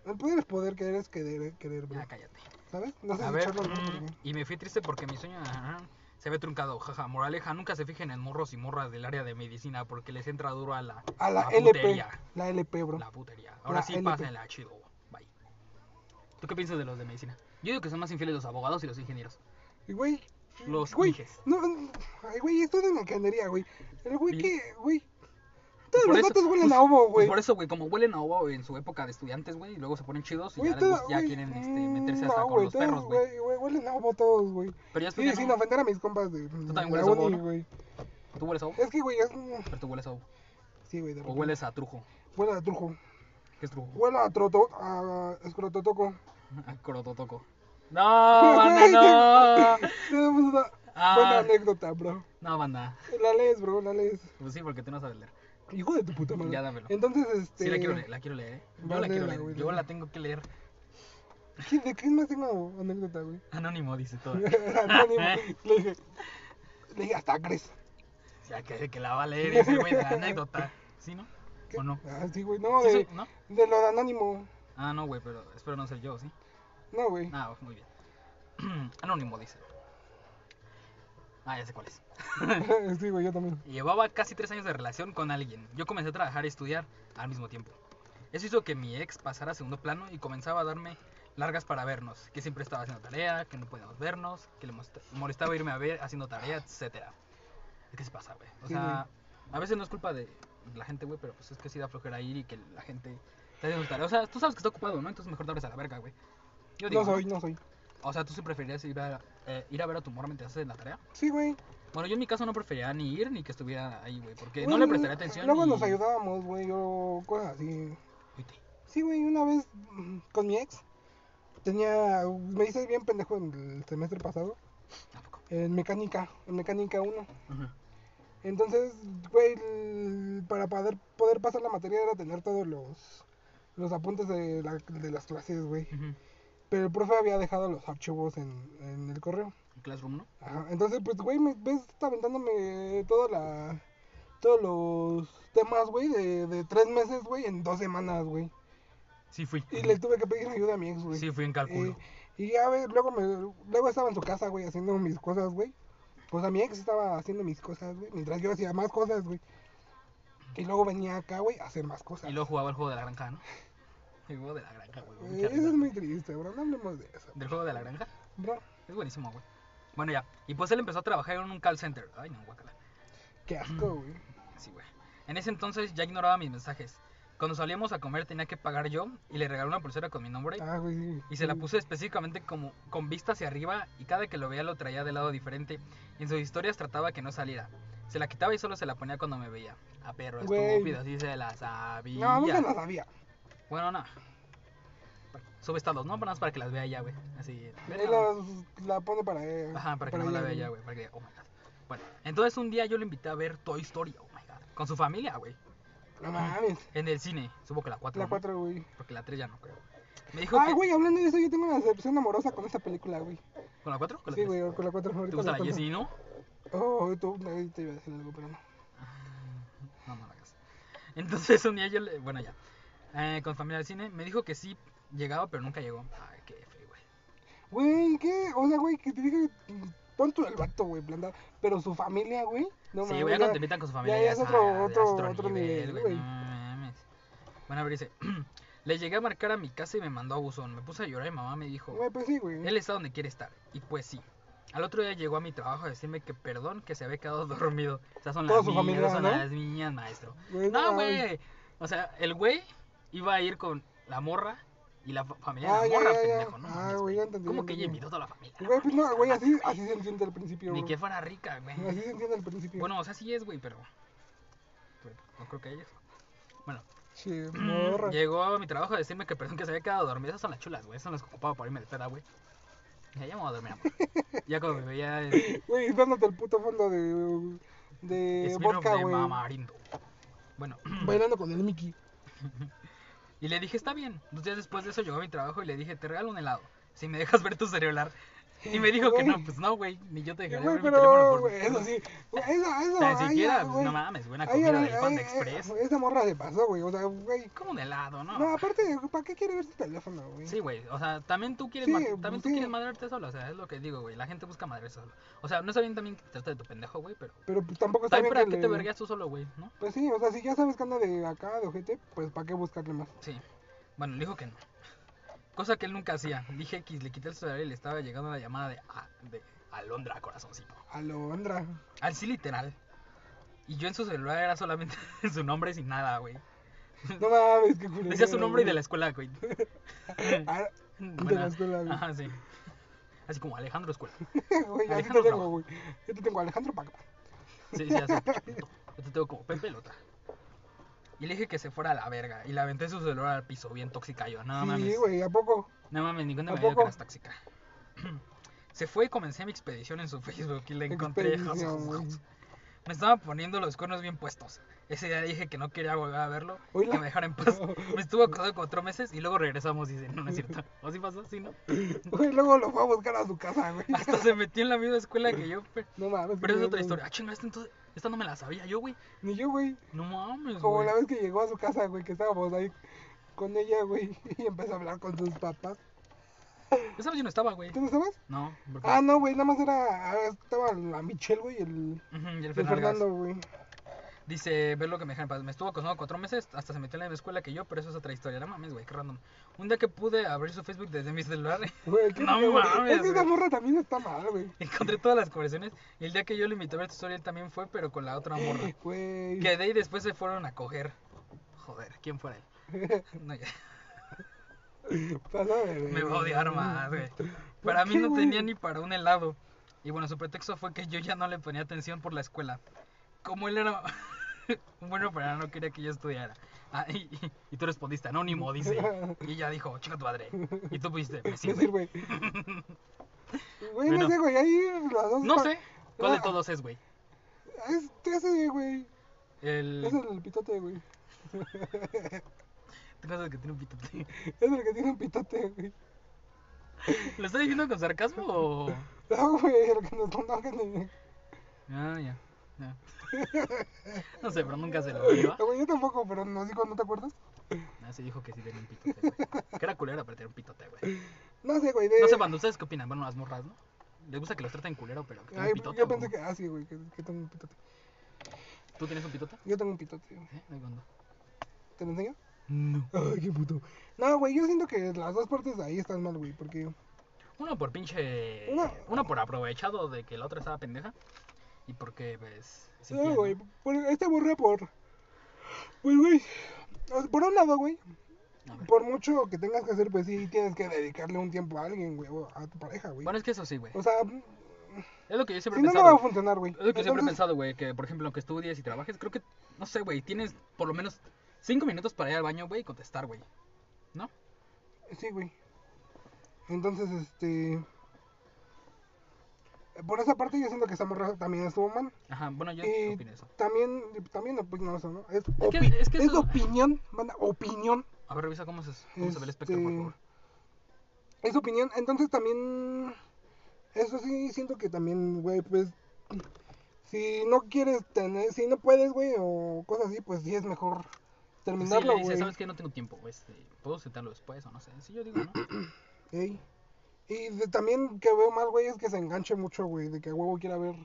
A: El poder es poder, querer es querer, querer, güey.
B: Ya, cállate.
A: ¿Sabes? No sé
B: A
A: si
B: ver,
A: echarlo o no,
B: mm,
A: güey.
B: y me fui triste porque mi sueño ajá, se ve truncado. Jaja, moraleja, nunca se fijen en morros y morras del área de medicina porque les entra duro a la,
A: A la
B: la
A: LP.
B: putería.
A: La LP, bro.
B: La putería. Ahora
A: La
B: sí,
A: LP.
B: pásenla chido. Bye. ¿Tú qué piensas de los de medicina? Yo digo que son más infieles los abogados y los ingenieros.
A: Y, güey.
B: Los
A: güey,
B: pinches.
A: No, no, ay, güey, esto es una ingeniería, güey. El güey
B: Sí.
A: que, güey. Todos
B: Por
A: los
B: eso-
A: datos huelen
B: pues-
A: a humo,
B: pues
A: güey.
B: Por eso, güey, como huelen a ovo en su época de estudiantes, güey, y luego se ponen chidos y
A: Güey,
B: pues, ya, les
A: todo-
B: gusta- ya
A: güey,
B: quieren este, meterse
A: mm,
B: hasta
A: no,
B: con los
A: todos,
B: perros, güey.
A: güey. Huelen a humo todos, güey.
B: Pero ya después
A: Sí,
B: ya
A: sin
B: no.
A: ofender a mis compas de
B: también
A: de
B: hueles
A: la
B: a humo,
A: uni,
B: ¿no?
A: güey.
B: ¿Tú hueles a ovo?
A: Es que, güey, es...
B: Pero tú hueles a ovo.
A: Sí, güey, de
B: O
A: repente.
B: hueles a trujo.
A: Huele a trujo.
B: ¿Qué es trujo?
A: Huele a troto... a escrototoco.
B: A corototoco. ¡No, banda, no!
A: Tenemos una pues, buena
B: Ah,
A: anécdota, bro.
B: no, banda.
A: La lees, bro, la lees.
B: Pues sí, porque tú no sabes leer.
A: Hijo de tu puta madre.
B: Ya dámelo.
A: Entonces, este...
B: Sí, la quiero leer, la quiero leer. ¿eh? Yo la
A: Vale,
B: quiero
A: la
B: leer.
A: güey,
B: Yo
A: la-
B: la tengo que leer.
A: ¿Qué- ¿De qué más tengo anécdota, güey?
B: Anónimo, dice todo.
A: Anónimo. le dije... Le dije, hasta crees.
B: O sea, que, que la va a leer ese güey de la anécdota. ¿Sí, no?
A: ¿Qué?
B: ¿O no?
A: Ah, sí, güey. No,
B: ¿Sí
A: de,
B: soy- ¿No?
A: de lo de anónimo.
B: Ah, no, güey, pero espero no ser yo, ¿sí?
A: No, güey.
B: Ah, muy bien. Anónimo, dice. Ah, ya sé cuál es.
A: sí, güey, yo también.
B: Llevaba casi tres años de relación con alguien. Yo comencé a trabajar y estudiar al mismo tiempo. Eso hizo que mi ex pasara a segundo plano y comenzaba a darme largas para vernos. Que siempre estaba haciendo tarea, que no podíamos vernos, que le molest- molestaba irme a ver haciendo tarea, etc. Es que se pasa, güey. O
A: Sí,
B: sea, a veces no es culpa de la gente, güey, pero pues es que sí da flojera ir y que la gente está haciendo tarea. O sea, tú sabes que está ocupado, ¿no? Entonces mejor te abres a la verga, güey. Yo digo,
A: No soy, no soy.
B: O sea, ¿tú sí preferirías ir a, eh, ir a ver a tu morra mientras haces la tarea?
A: Sí, güey.
B: Bueno, yo en mi caso no prefería ni ir ni que estuviera ahí, güey, porque no
A: Güey,
B: le prestaría atención.
A: Luego
B: y-
A: nos ayudábamos, güey, o cosas así.
B: Vete.
A: Sí, güey, una vez mm, con mi ex tenía me hice bien pendejo en el semestre pasado
B: ¿A poco?
A: en mecánica, en mecánica 1.
B: Ujú.
A: Entonces, güey, el- para poder poder pasar la materia era tener todos los los apuntes de, la- de las clases, güey.
B: Ujú.
A: Pero el profe había dejado los archivos en, en el correo.
B: ¿En Classroom, ¿no?
A: Ajá, entonces, pues, güey, me ves aventándome toda la, todos los temas, güey, de, de tres meses, güey, en dos semanas, güey.
B: Sí fui.
A: Y le tuve que pedir ayuda a mi ex, güey.
B: Sí fui en cálculo.
A: Eh, y ya, güey, luego, me, luego estaba en su casa, güey, haciendo mis cosas, güey. Pues O sea, mi ex estaba haciendo mis cosas, güey, mientras yo hacía más cosas, güey. Y luego venía acá, güey, a hacer más cosas.
B: Y luego jugaba el juego de la granja, ¿no? El juego de la granja, güey.
A: Eh,
B: mucha
A: eso
B: risa.
A: es muy triste, bro, no hablemos de eso,
B: ¿Del juego de la granja?
A: bro.
B: Es buenísimo, güey. Bueno, ya. Y pues él empezó a trabajar en un call center. Ay, no, guacala.
A: Qué
B: Mm.
A: asco, güey.
B: Sí, güey. En ese entonces ya ignoraba mis mensajes. Cuando salíamos a comer tenía que pagar yo y le regalé una pulsera con mi nombre
A: Ah, güey, sí.
B: Y se la
A: sí.
B: puse específicamente como con vista hacia arriba y cada que lo veía lo traía de lado diferente. En sus historias trataba que no saliera. Se la quitaba y solo se la ponía cuando me veía. A perro
A: Güey.
B: estúpido, así se la sabía.
A: No, nunca la sabía.
B: Bueno, no. Sube estados, ¿no? Nada más para que las vea ya, güey. Así.
A: Él la, la pone para ella.
B: Ajá, para que no la vea ya, güey. Para que diga, oh my god. Bueno, entonces un día yo lo invité a ver Toy Story, oh my god. Con su familia, güey.
A: No mames.
B: En el cine. Supongo que la 4.
A: La 4, güey.
B: Porque la 3 ya no creo. Me dijo
A: Ah,
B: que.
A: güey, hablando de eso, yo tengo una decepción amorosa con esta película, güey.
B: ¿Con la 4? ¿Con la
A: Sí,
B: 3?
A: güey, con la 4
B: ¿Te
A: ahorita.
B: gusta
A: la
B: la
A: cuento.
B: Jessie, no?
A: Oh, tú, ahí te iba a decir algo, pero no.
B: No, no la hagas. Entonces un día yo le... Bueno, ya. Eh, con familia del cine, me dijo que sí llegaba, pero nunca llegó. Ay, qué feo, güey.
A: Güey, ¿qué? O sea, güey, que te diga tonto el vato, güey, planta. Pero su familia, güey. No mames,
B: sí, güey, ya
A: ya-
B: cuando te invitan con su familia.
A: ya es otro-
B: ah, ya
A: otro-
B: es
A: otro nivel, güey.
B: No mames. Bueno, a ver, dice. Le llegué a marcar a mi casa y me mandó a buzón. Me puse a llorar y mamá me dijo.
A: Güey, pues sí, güey.
B: Él está donde quiere estar. Y pues sí. Al otro día llegó a mi trabajo a decirme que perdón, que se había quedado dormido. Esas son
A: Toda
B: las
A: su
B: mías,
A: familia,
B: esas son
A: ¿no?
B: las mías, maestro.
A: Güey, no
B: No,
A: mames.
B: güey. O sea, el güey iba a ir con la morra y la fa- familia de
A: Ah,
B: la
A: ya,
B: morra,
A: ya, ya.
B: pendejo. No,
A: Ah,
B: mames,
A: güey, ya entendí,
B: ¿Cómo
A: ya
B: que ella
A: entendí.
B: invitó a toda la familia?
A: Güey, pues no, güey, así, así se entiende al principio,
B: Ni
A: güey.
B: que fuera rica, güey.
A: Así se entiende al principio.
B: Bueno, o sea, sí es, güey, pero... pero No creo que ellos. Bueno,
A: Che, morra.
B: llegó a mi trabajo a decirme que perdón que se había quedado dormida. Esas son las chulas, güey. Esas son las que ocupaba para irme de peda, güey. Ya, ya me voy a dormir, amor. ya cuando me veía... eh,
A: Güey, dándote el puto fondo de. de
B: Es
A: vodka,
B: de
A: güey.
B: mamarindo. Bueno,
A: Bailando con el Mickey.
B: y le dije, está bien. Dos días después de eso llegó a mi trabajo y le dije, te regalo un helado. Si me dejas ver tu celular. Y me dijo que
A: Güey.
B: no, pues no, güey. Ni yo te dejaría
A: Güey,
B: ver mi teléfono
A: pero.
B: por-
A: güey, Eso sí. Güey, Eso, eso.
B: Tan
A: ay,
B: siquiera,
A: ya,
B: pues,
A: güey.
B: no mames, güey, una
A: Ay,
B: comida
A: ay,
B: del Panda
A: ay,
B: Express.
A: ay, eh, Esa morra se pasó, güey. O sea, güey.
B: Como un helado, ¿no?
A: No, aparte, ¿para qué quiere ver su teléfono, güey?
B: Sí, güey, o sea, también tú quieres,
A: Sí,
B: ma- también tú
A: sí.
B: quieres madrearte solo, o sea, es lo que digo, güey, la gente busca madrearse solo. O sea, no está bien también que te trate de tu pendejo, güey, pero
A: Pero pues, tampoco está
B: también
A: bien
B: para
A: que le-
B: qué te vergueas tú solo, güey, ¿no?
A: Pues sí, o sea, si ya sabes que anda de acá, de ojete, pues ¿para qué buscarle más?
B: Sí. Bueno, le dijo que no. Cosa que él nunca hacía. Dije que le quité el celular y le estaba llegando la llamada de, A- de Alondra, corazoncito.
A: Alondra.
B: Así literal. Y yo en su celular era solamente su nombre sin nada, güey.
A: No mames, qué culero.
B: Decía su nombre y de la escuela, güey.
A: Ah, de la escuela, güey.
B: Ajá, sí. Así como Alejandro Escuela.
A: Güey, así
B: Alejandro
A: te
B: Rojo.
A: tengo, güey. Yo te tengo Alejandro Pac.
B: Sí, sí, así. Yo te tengo como Pepe Lota. Y le dije que se fuera a la verga. Y le aventé su celular al piso, bien tóxica yo. No
A: sí,
B: mames.
A: güey, ¿a poco?
B: No mames, ni cuenta
A: ¿A
B: me dio que
A: poco?
B: eras tóxica. Se fue y comencé mi expedición en su Facebook y la encontré.
A: Expedición, güey.
B: Me estaba poniendo los cuernos bien puestos. Ese día dije que no quería volver a verlo,
A: Hola.
B: que me dejara en paz. Me estuvo acosado cuatro meses y luego regresamos y dice, no, no es cierto. ¿O sí pasó? Sí, ¿no?
A: Güey, luego lo fue a buscar a su casa, güey.
B: Hasta se metió en la misma escuela que yo. pe-
A: No mames.
B: Pero
A: qué
B: es otra
A: culero.
B: historia. Ah, chinga, esta, entonces, esta no me la sabía yo, güey.
A: Ni yo, güey.
B: No mames,
A: Como
B: Pues, güey.
A: la vez que llegó a su casa, güey, que estábamos ahí con ella, güey, y empezó a hablar con sus papás.
B: Esa vez yo no estaba, güey.
A: ¿Tú no sabes?
B: No, porque...
A: Ah, no, güey, nada más era. ah, Estaba la Michelle, güey, y el.
B: Ujú, y
A: el
B: el Fernando.
A: Fernando, güey.
B: Dice, ver lo que me dejan en paz. Me estuvo acosando cuatro meses, hasta se metió en la misma escuela que yo, pero eso es otra historia. No mames, güey, qué random. Un día que pude abrir su Facebook desde mi celular,
A: Güey, qué
B: No
A: culero, güey.
B: mames,
A: Es que esa
B: güey.
A: morra también está mal, güey.
B: encontré todas las conversaciones. Y el día que yo lo invité a ver tu historia, él también fue, pero con la otra morra.
A: Güey.
B: Quedé y después se fueron a coger. Joder, ¿quién fuera él? No, ya.
A: Pasa de verga,
B: Me va a odiar más, güey. Para mí
A: qué,
B: no
A: güey?
B: tenía ni para un helado. Y bueno, su pretexto fue que yo ya no le ponía atención por la escuela. Como él era un buen operario, no quería que yo estudiara. Ah, y, y- y tú respondiste, anónimo, dice. Y ella dijo, chica tu madre. Y tú pusiste, me
A: Me
B: sirve.
A: sirve. Güey, no
B: Bueno.
A: sé, güey, ahí las dos.
B: No
A: pa-
B: sé cuál de
A: Ah,
B: todos es, güey.
A: Es ese, güey.
B: El.
A: Es el pitote, güey.
B: ¿Te acuerdas que tiene un pitote?
A: Es el que tiene un pitote, güey.
B: ¿Lo está diciendo con sarcasmo o.?
A: No, güey, el que nos contó que ni-
B: Ah, ya. ya. No sé, pero nunca se lo dio.
A: Güey, yo tampoco, pero no digo, ¿no te acuerdas?
B: Ah, se dijo que sí tenía un pitote, güey. Que era culera, pero tenía un pitote, güey.
A: No sé, güey. De...
B: No sé, cuando ustedes qué opinan, bueno, las morras, ¿no? Les gusta que los traten culero, pero que tengan
A: Ay,
B: un pitote.
A: yo
B: ¿o
A: pensé
B: cómo?
A: que. Ah, sí, güey, que, que tengo un pitote.
B: ¿Tú tienes un pitote?
A: Yo tengo un pitote, güey.
B: ¿Eh? Ahí cuando.
A: ¿Te lo enseño?
B: No.
A: Ay, qué puto. No, güey, yo siento que las dos partes de ahí están mal, güey, porque.
B: Uno por pinche.
A: Uno-
B: Uno por aprovechado de que la otra estaba pendeja. Y porque, pues. sí
A: No,
B: quieren,
A: güey,
B: ¿no?
A: por esta burra por. Pues, güey. o sea, Por un lado, güey.
B: A ver.
A: Por mucho que tengas que hacer, pues sí, tienes que dedicarle un tiempo a alguien, güey, o a tu pareja, güey.
B: Bueno, es que eso sí, güey.
A: O sea,
B: Es lo que yo siempre
A: si no,
B: he
A: no va
B: pensado.
A: a funcionar, güey.
B: Es lo que siempre he
A: Entonces,
B: pensado, güey, que por ejemplo, aunque estudies y trabajes, creo que, no sé, güey, tienes por lo menos cinco minutos para ir al baño, güey, y contestar, güey. ¿No?
A: Sí, güey. Entonces, este. Por esa parte, yo siento que esa morra también estuvo mal.
B: Ajá, bueno, yo
A: Y
B: opino eso.
A: también, también opino eso, ¿no? Es,
B: que-
A: opi-
B: es que eso-
A: opinión, banda, opinión.
B: A ver, revisa cómo se, cómo se ve el espectro, por
A: Este,
B: favor.
A: Es opinión. Entonces también. Eso sí, siento que también, güey, pues. Si no quieres tener. Si no puedes, güey, o cosas así, pues sí es mejor
B: Sí,
A: terminarlo,
B: le dice,
A: güey.
B: ¿sabes qué? No tengo tiempo, güey, este, ¿puedo sentarlo después o no sé? Sí, yo digo, ¿no?
A: Ey. Y de- también que veo más, güey, es que se enganche mucho, güey, de que a huevo quiera ver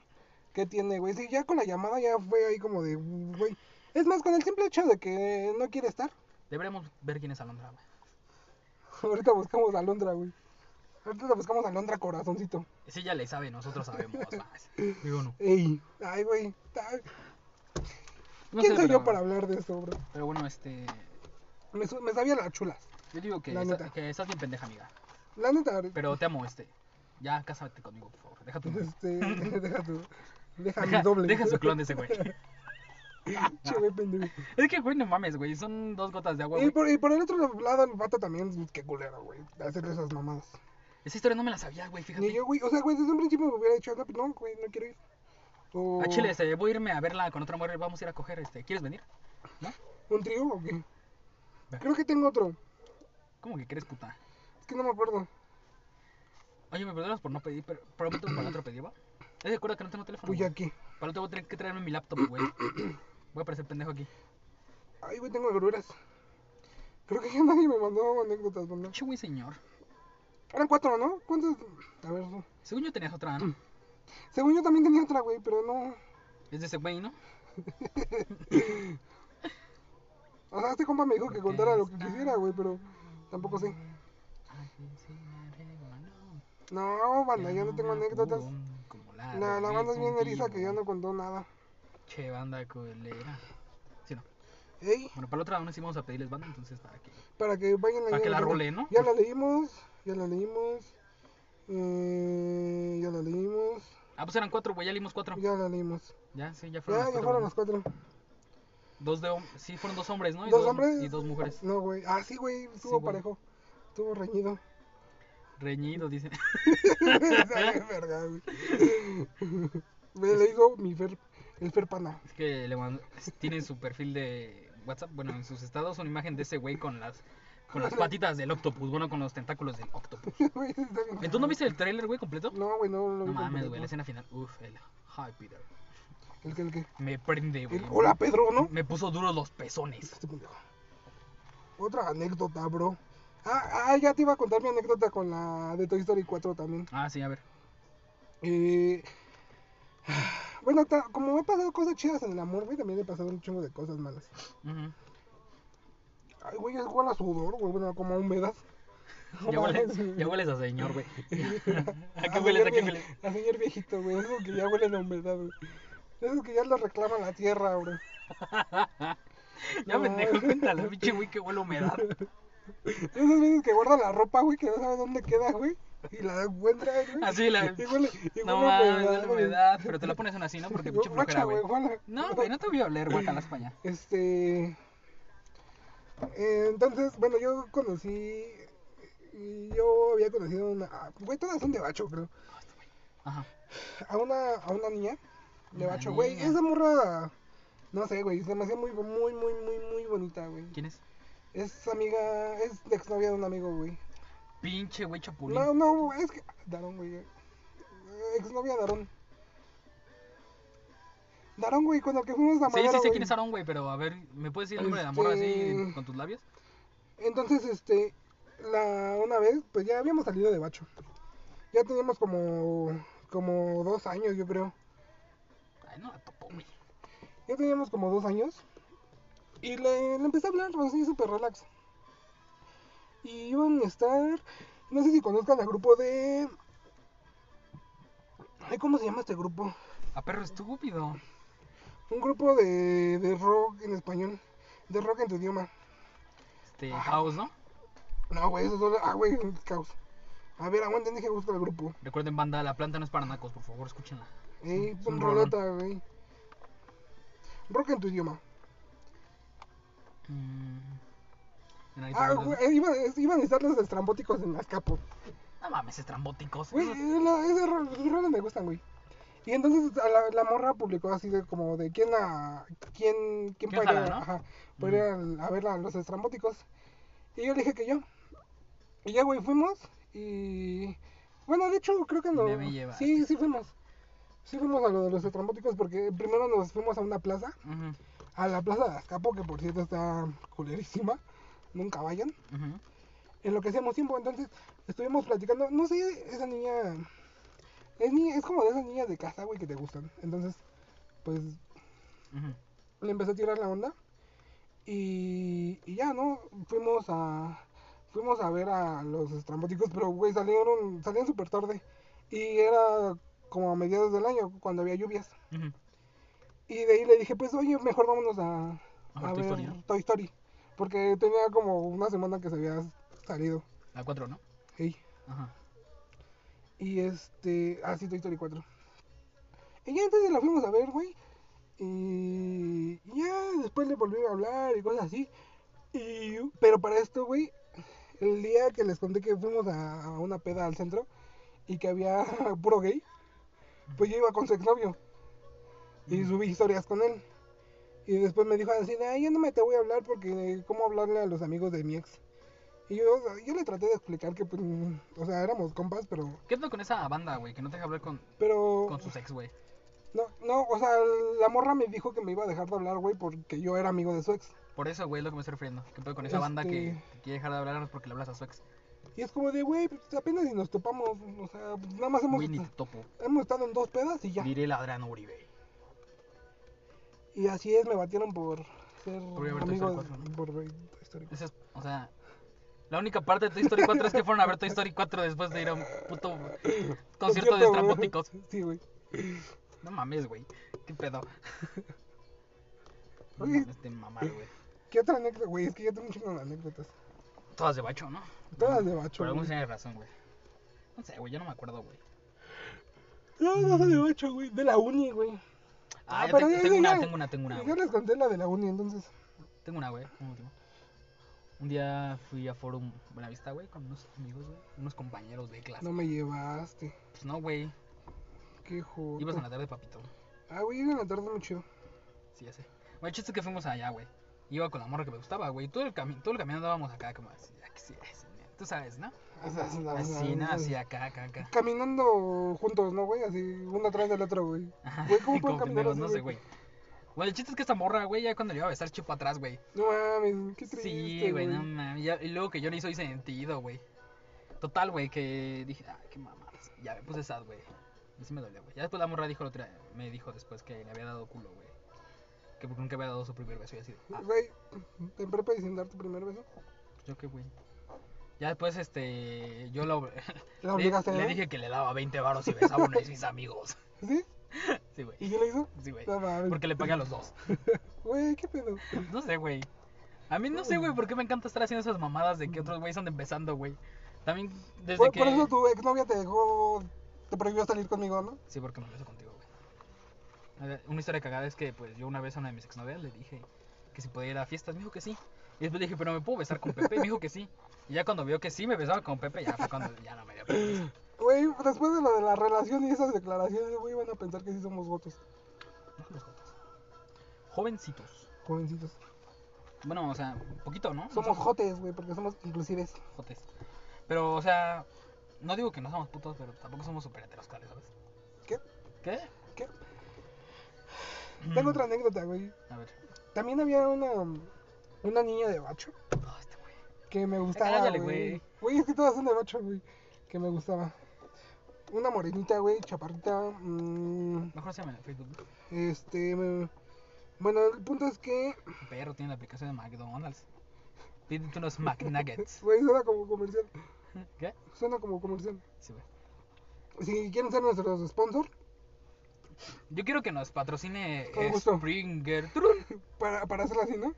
A: qué tiene, güey. Sí, ya con la llamada ya fue ahí como de, güey. Es más, con el simple hecho de que no quiere estar.
B: Deberíamos ver quién es Alondra, güey.
A: Ahorita buscamos a Londra, güey. Ahorita la buscamos a Londra, corazoncito.
B: Si ella le sabe, nosotros sabemos, más. Digo, no.
A: Ey. Ay, güey. Ay,
B: No
A: ¿Quién
B: sé,
A: soy
B: pero,
A: yo para hablar de esto, bro?
B: Pero bueno, este,
A: Me, su- me sabía las chulas.
B: yo digo que,
A: La
B: esta-
A: neta.
B: que estás bien pendeja, amiga.
A: La neta,
B: Pero te amo, este. Ya, cásate conmigo, por favor. Deja tu...
A: este, deja tu... Deja, mi
B: Deja,
A: doble.
B: deja su clon de ese güey.
A: Che, güey, pendejo.
B: Es que, güey, no mames, güey. Son dos gotas de agua,
A: Y
B: güey.
A: por, y por el otro lado, el vato también, qué culero, güey, de hacerle esas mamadas.
B: Esa historia no me la sabía, güey,
A: Ni
B: fíjate.
A: yo, güey, o sea, güey, desde un principio me hubiera dicho, no, pues no, güey, no quiero ir. O
B: A Chile, este, voy a irme a verla con otra mujer. Vamos a ir a coger, este. ¿Quieres venir? ¿No?
A: un trío o qué.
B: Ve.
A: Creo que tengo otro,
B: ¿Cómo que quieres, puta?
A: es que no me acuerdo.
B: Oye, me perdonas por no pedir, pero prometo para otro pedido, va. Es de acuerdo que no tengo teléfono.
A: Pues ya
B: güey.
A: aquí.
B: Para otro voy a tener que traerme mi laptop, güey. Voy a parecer pendejo aquí.
A: Ay, güey, tengo verduras. Creo que ya nadie me mandó anécdotas, ¿no?
B: Che, güey, señor.
A: Eran cuatro, ¿no? ¿Cuántas? A ver,
B: Según yo tenías otra, ¿no?
A: según yo también tenía otra, güey, pero no.
B: Es de ese güey, ¿no?
A: O sea, este compa me dijo que contara lo que quisiera, güey, pero tampoco sé. Ah, No, banda, yo no tengo anécdotas.
B: Como
A: La, la banda es bien eriza que
B: yo
A: ya no contó nada.
B: Che, banda colera. Sí, no.
A: Ey,
B: Bueno, para la otra banda sí vamos a pedirles banda, entonces para que.
A: para que vayan ahí
B: Para que
A: a
B: la
A: otra.
B: role, ¿no?
A: Ya la leímos, ya la leímos. Eh, ya la leímos,
B: Ah, pues eran cuatro, güey, ya leímos cuatro.
A: ya la leímos.
B: Ya, sí, ya fueron
A: Ya,
B: las
A: ya
B: cuatro.
A: fueron
B: güey.
A: las cuatro.
B: Dos de hom- sí, fueron dos hombres, ¿no? Y
A: ¿Dos hombres?
B: Y dos mujeres.
A: No, güey. Ah, sí, güey,
B: Sí,
A: estuvo
B: güey.
A: parejo. Estuvo reñido.
B: Reñidos, dicen.
A: Sale verga, güey. Me le digo mi Fer, el Fer Pana.
B: Es que le mand- tiene en su perfil de WhatsApp, bueno, en sus estados una imagen de ese güey con las con las patitas del octopus, bueno, con los tentáculos del octopus.
A: Güey, está bien
B: ¿Entonces no viste el tráiler, güey, completo?
A: No, güey, no lo
B: No
A: vi
B: mames,
A: completo.
B: güey, la escena final. Uf, el Hi Peter.
A: ¿El que, el que?
B: Me prende, güey.
A: El hola, Pedro, ¿no?
B: Me puso duros los pezones.
A: Este pendejo. Otra anécdota, bro. Ah, ah, ya te iba a contar mi anécdota con la de Toy Story 4 también.
B: Ah, sí, a ver.
A: Eh, bueno, ta- como me han pasado cosas chidas en el amor, güey, también he pasado un chingo de cosas malas.
B: Ujú.
A: Ay, güey, es igual a sudor, güey, bueno, como a humedad. No
B: Ya, hueles,
A: mames. Ah,
B: ya hueles a señor, güey. ¿A qué
A: señor
B: hueles? ¿A qué
A: vie-
B: hueles?
A: a señor viejito, güey, algo que ya huelen a humedad, güey. Eso que ya lo reclama la tierra, güey.
B: Ya
A: No.
B: me dejo cuenta la pinche güey que huele a humedad.
A: Esas veces que guarda la ropa, güey, que no sabe dónde queda, güey. Y la encuentra, güey.
B: Así la-
A: Y huele, y
B: No
A: huele a
B: mames, huele a
A: güey.
B: humedad. Pero te la pones en así, ¿no? Porque pinche
A: Guacha,
B: flojera, güey.
A: guala.
B: No, güey, no te voy a hablar, güey, acá en la España.
A: Este. eh, Entonces, bueno, yo conocí. y Yo había conocido una. ah, Güey, todas son de bacho, creo.
B: Ajá.
A: A una, a una niña de
B: Una
A: bacho, güey.
B: niña.
A: Esa morra. No sé, güey. Se me hacía muy, muy, muy, muy, muy bonita, güey.
B: ¿Quién es?
A: Es amiga. Es de exnovia de un amigo, güey.
B: Pinche güey chapulín.
A: No, no, güey, es que. Darón, güey. eh, Exnovia Darón. Darón, güey, con el que fuimos a
B: sí,
A: Madero,
B: sí, sé
A: güey.
B: quién es Aarón, güey, pero a ver, ¿me puedes decir el nombre de la morra así
A: Este-
B: con tus labios?
A: Entonces, este, la una vez, pues ya habíamos salido de Bacho. Ya teníamos como, como dos años, yo creo.
B: Ay, no la topo, güey.
A: Ya teníamos como dos años. Y le, le empecé a hablar, así súper relax. Y iban a estar, no sé si conozcan al grupo de... Ay, ¿cómo se llama este grupo?
B: A perro estúpido.
A: Un grupo de, de rock en español. De rock en tu idioma.
B: Este,
A: Ah.
B: House, ¿no?
A: No, güey, esos son... Ah, güey, caos. A ver, aguanten, dije buscar el grupo.
B: Recuerden, banda, la planta no es para nacos, por favor, escúchenla.
A: Ey,
B: Es
A: pon
B: un
A: rolota, güey. Rock en tu idioma.
B: Mm. En ahí
A: Ah,
B: te
A: güey,
B: mandas,
A: eh, iban, es- iban a estar los estrambóticos en las capos.
B: ¿no? No mames, estrambóticos.
A: Güey, eh, la- esas ro- esas rolas me gustan, güey. Y entonces a la, la morra publicó así de como de quién la. quién, quién,
B: ¿Quién
A: podría,
B: jala, no?
A: ajá, podría a ver a los estrambóticos. Y yo le dije que yo. Y ya, güey, fuimos. Y. Bueno, de hecho, creo que no.
B: Ya me llevaste.
A: Sí, sí fuimos. Sí fuimos a lo de los estrambóticos porque primero nos fuimos a una plaza.
B: Ujú.
A: a la Plaza de Azcapo, que por cierto está culerísima, nunca vayan.
B: Ujú.
A: En lo que hacemos tiempo, entonces estuvimos platicando, no sé, esa niña es, niña, es como de esas niñas de casa, güey, que te gustan. Entonces, pues
B: Ujú.
A: le empecé a tirar la onda y, y ya, ¿no? Fuimos a fuimos a ver a los estrambóticos, pero güey, salieron salían súper tarde y era como a mediados del año cuando había lluvias.
B: Ujú.
A: Y de ahí le dije, pues oye, mejor vámonos a,
B: A ver
A: a
B: Toy
A: ver
B: Story, ¿no?
A: Toy Story. Porque tenía como una semana que se había salido.
B: La 4, ¿no?
A: Ey.
B: Ajá.
A: Y este, así Toy Story 4. Y ya entonces la fuimos a ver, güey. Y ya después le volví a hablar y cosas así. Y, pero para esto, güey, el día que les conté que fuimos a, a una peda al centro y que había puro gay, pues yo iba con su exnovio. Y
B: Ujú.
A: subí historias con él. Y después me dijo así, de, ay, ya no me te voy a hablar porque eh, cómo hablarle a los amigos de mi ex. Y yo, yo le traté de explicar que, pues, o sea, éramos compas, pero...
B: ¿Qué onda con esa banda, güey? Que no te deja hablar con,
A: Pero...
B: con sus ex, güey.
A: No, no, o sea, la morra me dijo que me iba a dejar de hablar, güey, porque yo era amigo de su ex.
B: Por eso, güey, es lo que me estoy refiriendo. ¿Qué pedo con esa banda que,
A: Este-
B: que quiere dejar de hablarnos porque le hablas a su ex?
A: Y es como de, güey, pues, apenas si nos topamos, o sea, pues, nada más hemos,
B: Güey, ni te topo.
A: hemos estado en dos pedas y ya.
B: Diré ladrano Uribe.
A: Y así es, me batieron por ser
B: Por ir a ver Toy
A: amigo
B: Story cuatro,
A: de...
B: ¿no?
A: Por ver Toy Story cuatro.
B: Ese es- o sea, la única parte de Toy Story 4 es que fueron a ver Toy Story 4 después de ir a un puto concierto de
A: güey.
B: estrambóticos.
A: Sí, güey.
B: No mames, güey. ¿Qué pedo? No
A: Oye.
B: mames de mamar, güey.
A: ¿Qué otra anécdota, güey? Es que yo tengo un chingo de anécdotas.
B: Todas de bacho, ¿no?
A: Todas de bacho,
B: Por algún
A: güey.
B: tiene razón, güey. No sé, güey, yo no me acuerdo, güey.
A: No, no soy de ocho, güey, de la uni, güey.
B: Ah, yo
A: pero
B: tengo,
A: ya-
B: tengo
A: ya-
B: una,
A: ya-
B: tengo una, tengo una,
A: Yo
B: güey.
A: les conté la de la uni, entonces.
B: Tengo una, güey. Un último. Un día fui a Forum Buenavista, güey, con unos amigos, güey. Unos compañeros de clase.
A: No me llevaste.
B: Pues no, güey.
A: Qué joder.
B: Ibas en la tarde, papito.
A: Ah, güey, ir en la tarde muy chido.
B: Sí, ya sé. Bueno, el chiste es que fuimos allá, güey. Iba con la morra que me gustaba, güey. Todo el camino, todo el camino andábamos acá como así, así, así, Tú sabes, ¿no?
A: Ah,
B: Así, ¿no? Así, ah. acá, acá, acá.
A: Caminando juntos, ¿no, güey? Así, uno atrás del otro, güey.
B: Ajá,
A: Güey, ¿cómo pueden
B: como
A: caminar
B: pendejos,
A: así,
B: no sé, güey. Bueno, el chiste es que esta morra, güey, ya cuando le iba a besar chupó atrás, güey.
A: No mames, qué triste,
B: Sí, güey, no mames. ya- Y luego que yo le hizo sentido, güey. Total, güey, que dije, ah, qué mamadas. Ya me puse sad, güey. Y sí me dolió, güey. Ya después la morra dijo la otra, me dijo después que le había dado culo, güey. Que porque nunca había dado su primer beso y así. de, ah, pues,
A: Güey, te en prepa y sin dar tu primer beso.
B: Yo qué güey. Ya después, este. Yo lo.
A: ¿La
B: le,
A: obligaste a
B: le
A: dar?
B: dije que le daba 20 varos y besaba a uno de mis amigos.
A: ¿Sí?
B: Sí, güey.
A: ¿Y qué le hizo?
B: Sí, güey.
A: No mames.
B: Porque le pagué a los dos.
A: Güey, qué pedo.
B: No sé, güey. A mí no sé, güey, por qué me encanta estar haciendo esas mamadas de que otros güeyes andan empezando, güey. También desde
A: Por,
B: que.
A: por eso tu exnovia te dejó. Te prohibió salir conmigo, ¿no?
B: Sí, porque me beso contigo, güey. A ver, Una historia cagada es que, pues, yo una vez a una de mis exnovias le dije que si podía ir a fiestas, me dijo que sí. Y después le dije, pero ¿me puedo besar con Pepe? Y me dijo que sí. Y ya cuando vio que sí me besaba con Pepe, ya fue cuando ya no me dio permiso.
A: Güey, después de lo de la relación y esas declaraciones, güey, van a pensar que sí somos votos.
B: No somos jotos. Jovencitos.
A: Jovencitos.
B: Bueno, o sea, poquito, ¿no? No
A: Somos jotes, güey, porque somos inclusives.
B: jotes. Pero, o sea, no digo que no somos putos, pero tampoco somos super heterosexuales, ¿sabes?
A: ¿Qué?
B: ¿Qué?
A: ¿Qué?
B: Mm,
A: Tengo otra anécdota, güey.
B: A ver.
A: También había una. Una niña de bacho.
B: Ah, este güey.
A: Que me gustaba,
B: cállale,
A: güey.
B: güey.
A: Güey, es que todas son de bacho, güey. Que me gustaba. Una morenita, güey, chaparrita. mm,
B: Mejor se llama en Facebook. ¿no?
A: este. me- Bueno, el punto es que.
B: El perro tiene la aplicación de McDonald's. Pídete unos McNuggets.
A: Güey, suena como comercial.
B: ¿Qué?
A: Suena como comercial.
B: Sí, güey.
A: Si quieren ser nuestros sponsor,
B: Yo quiero que nos patrocine
A: Con
B: eh,
A: gusto.
B: Springer. ¡Turun!
A: para, para hacerla así, ¿no?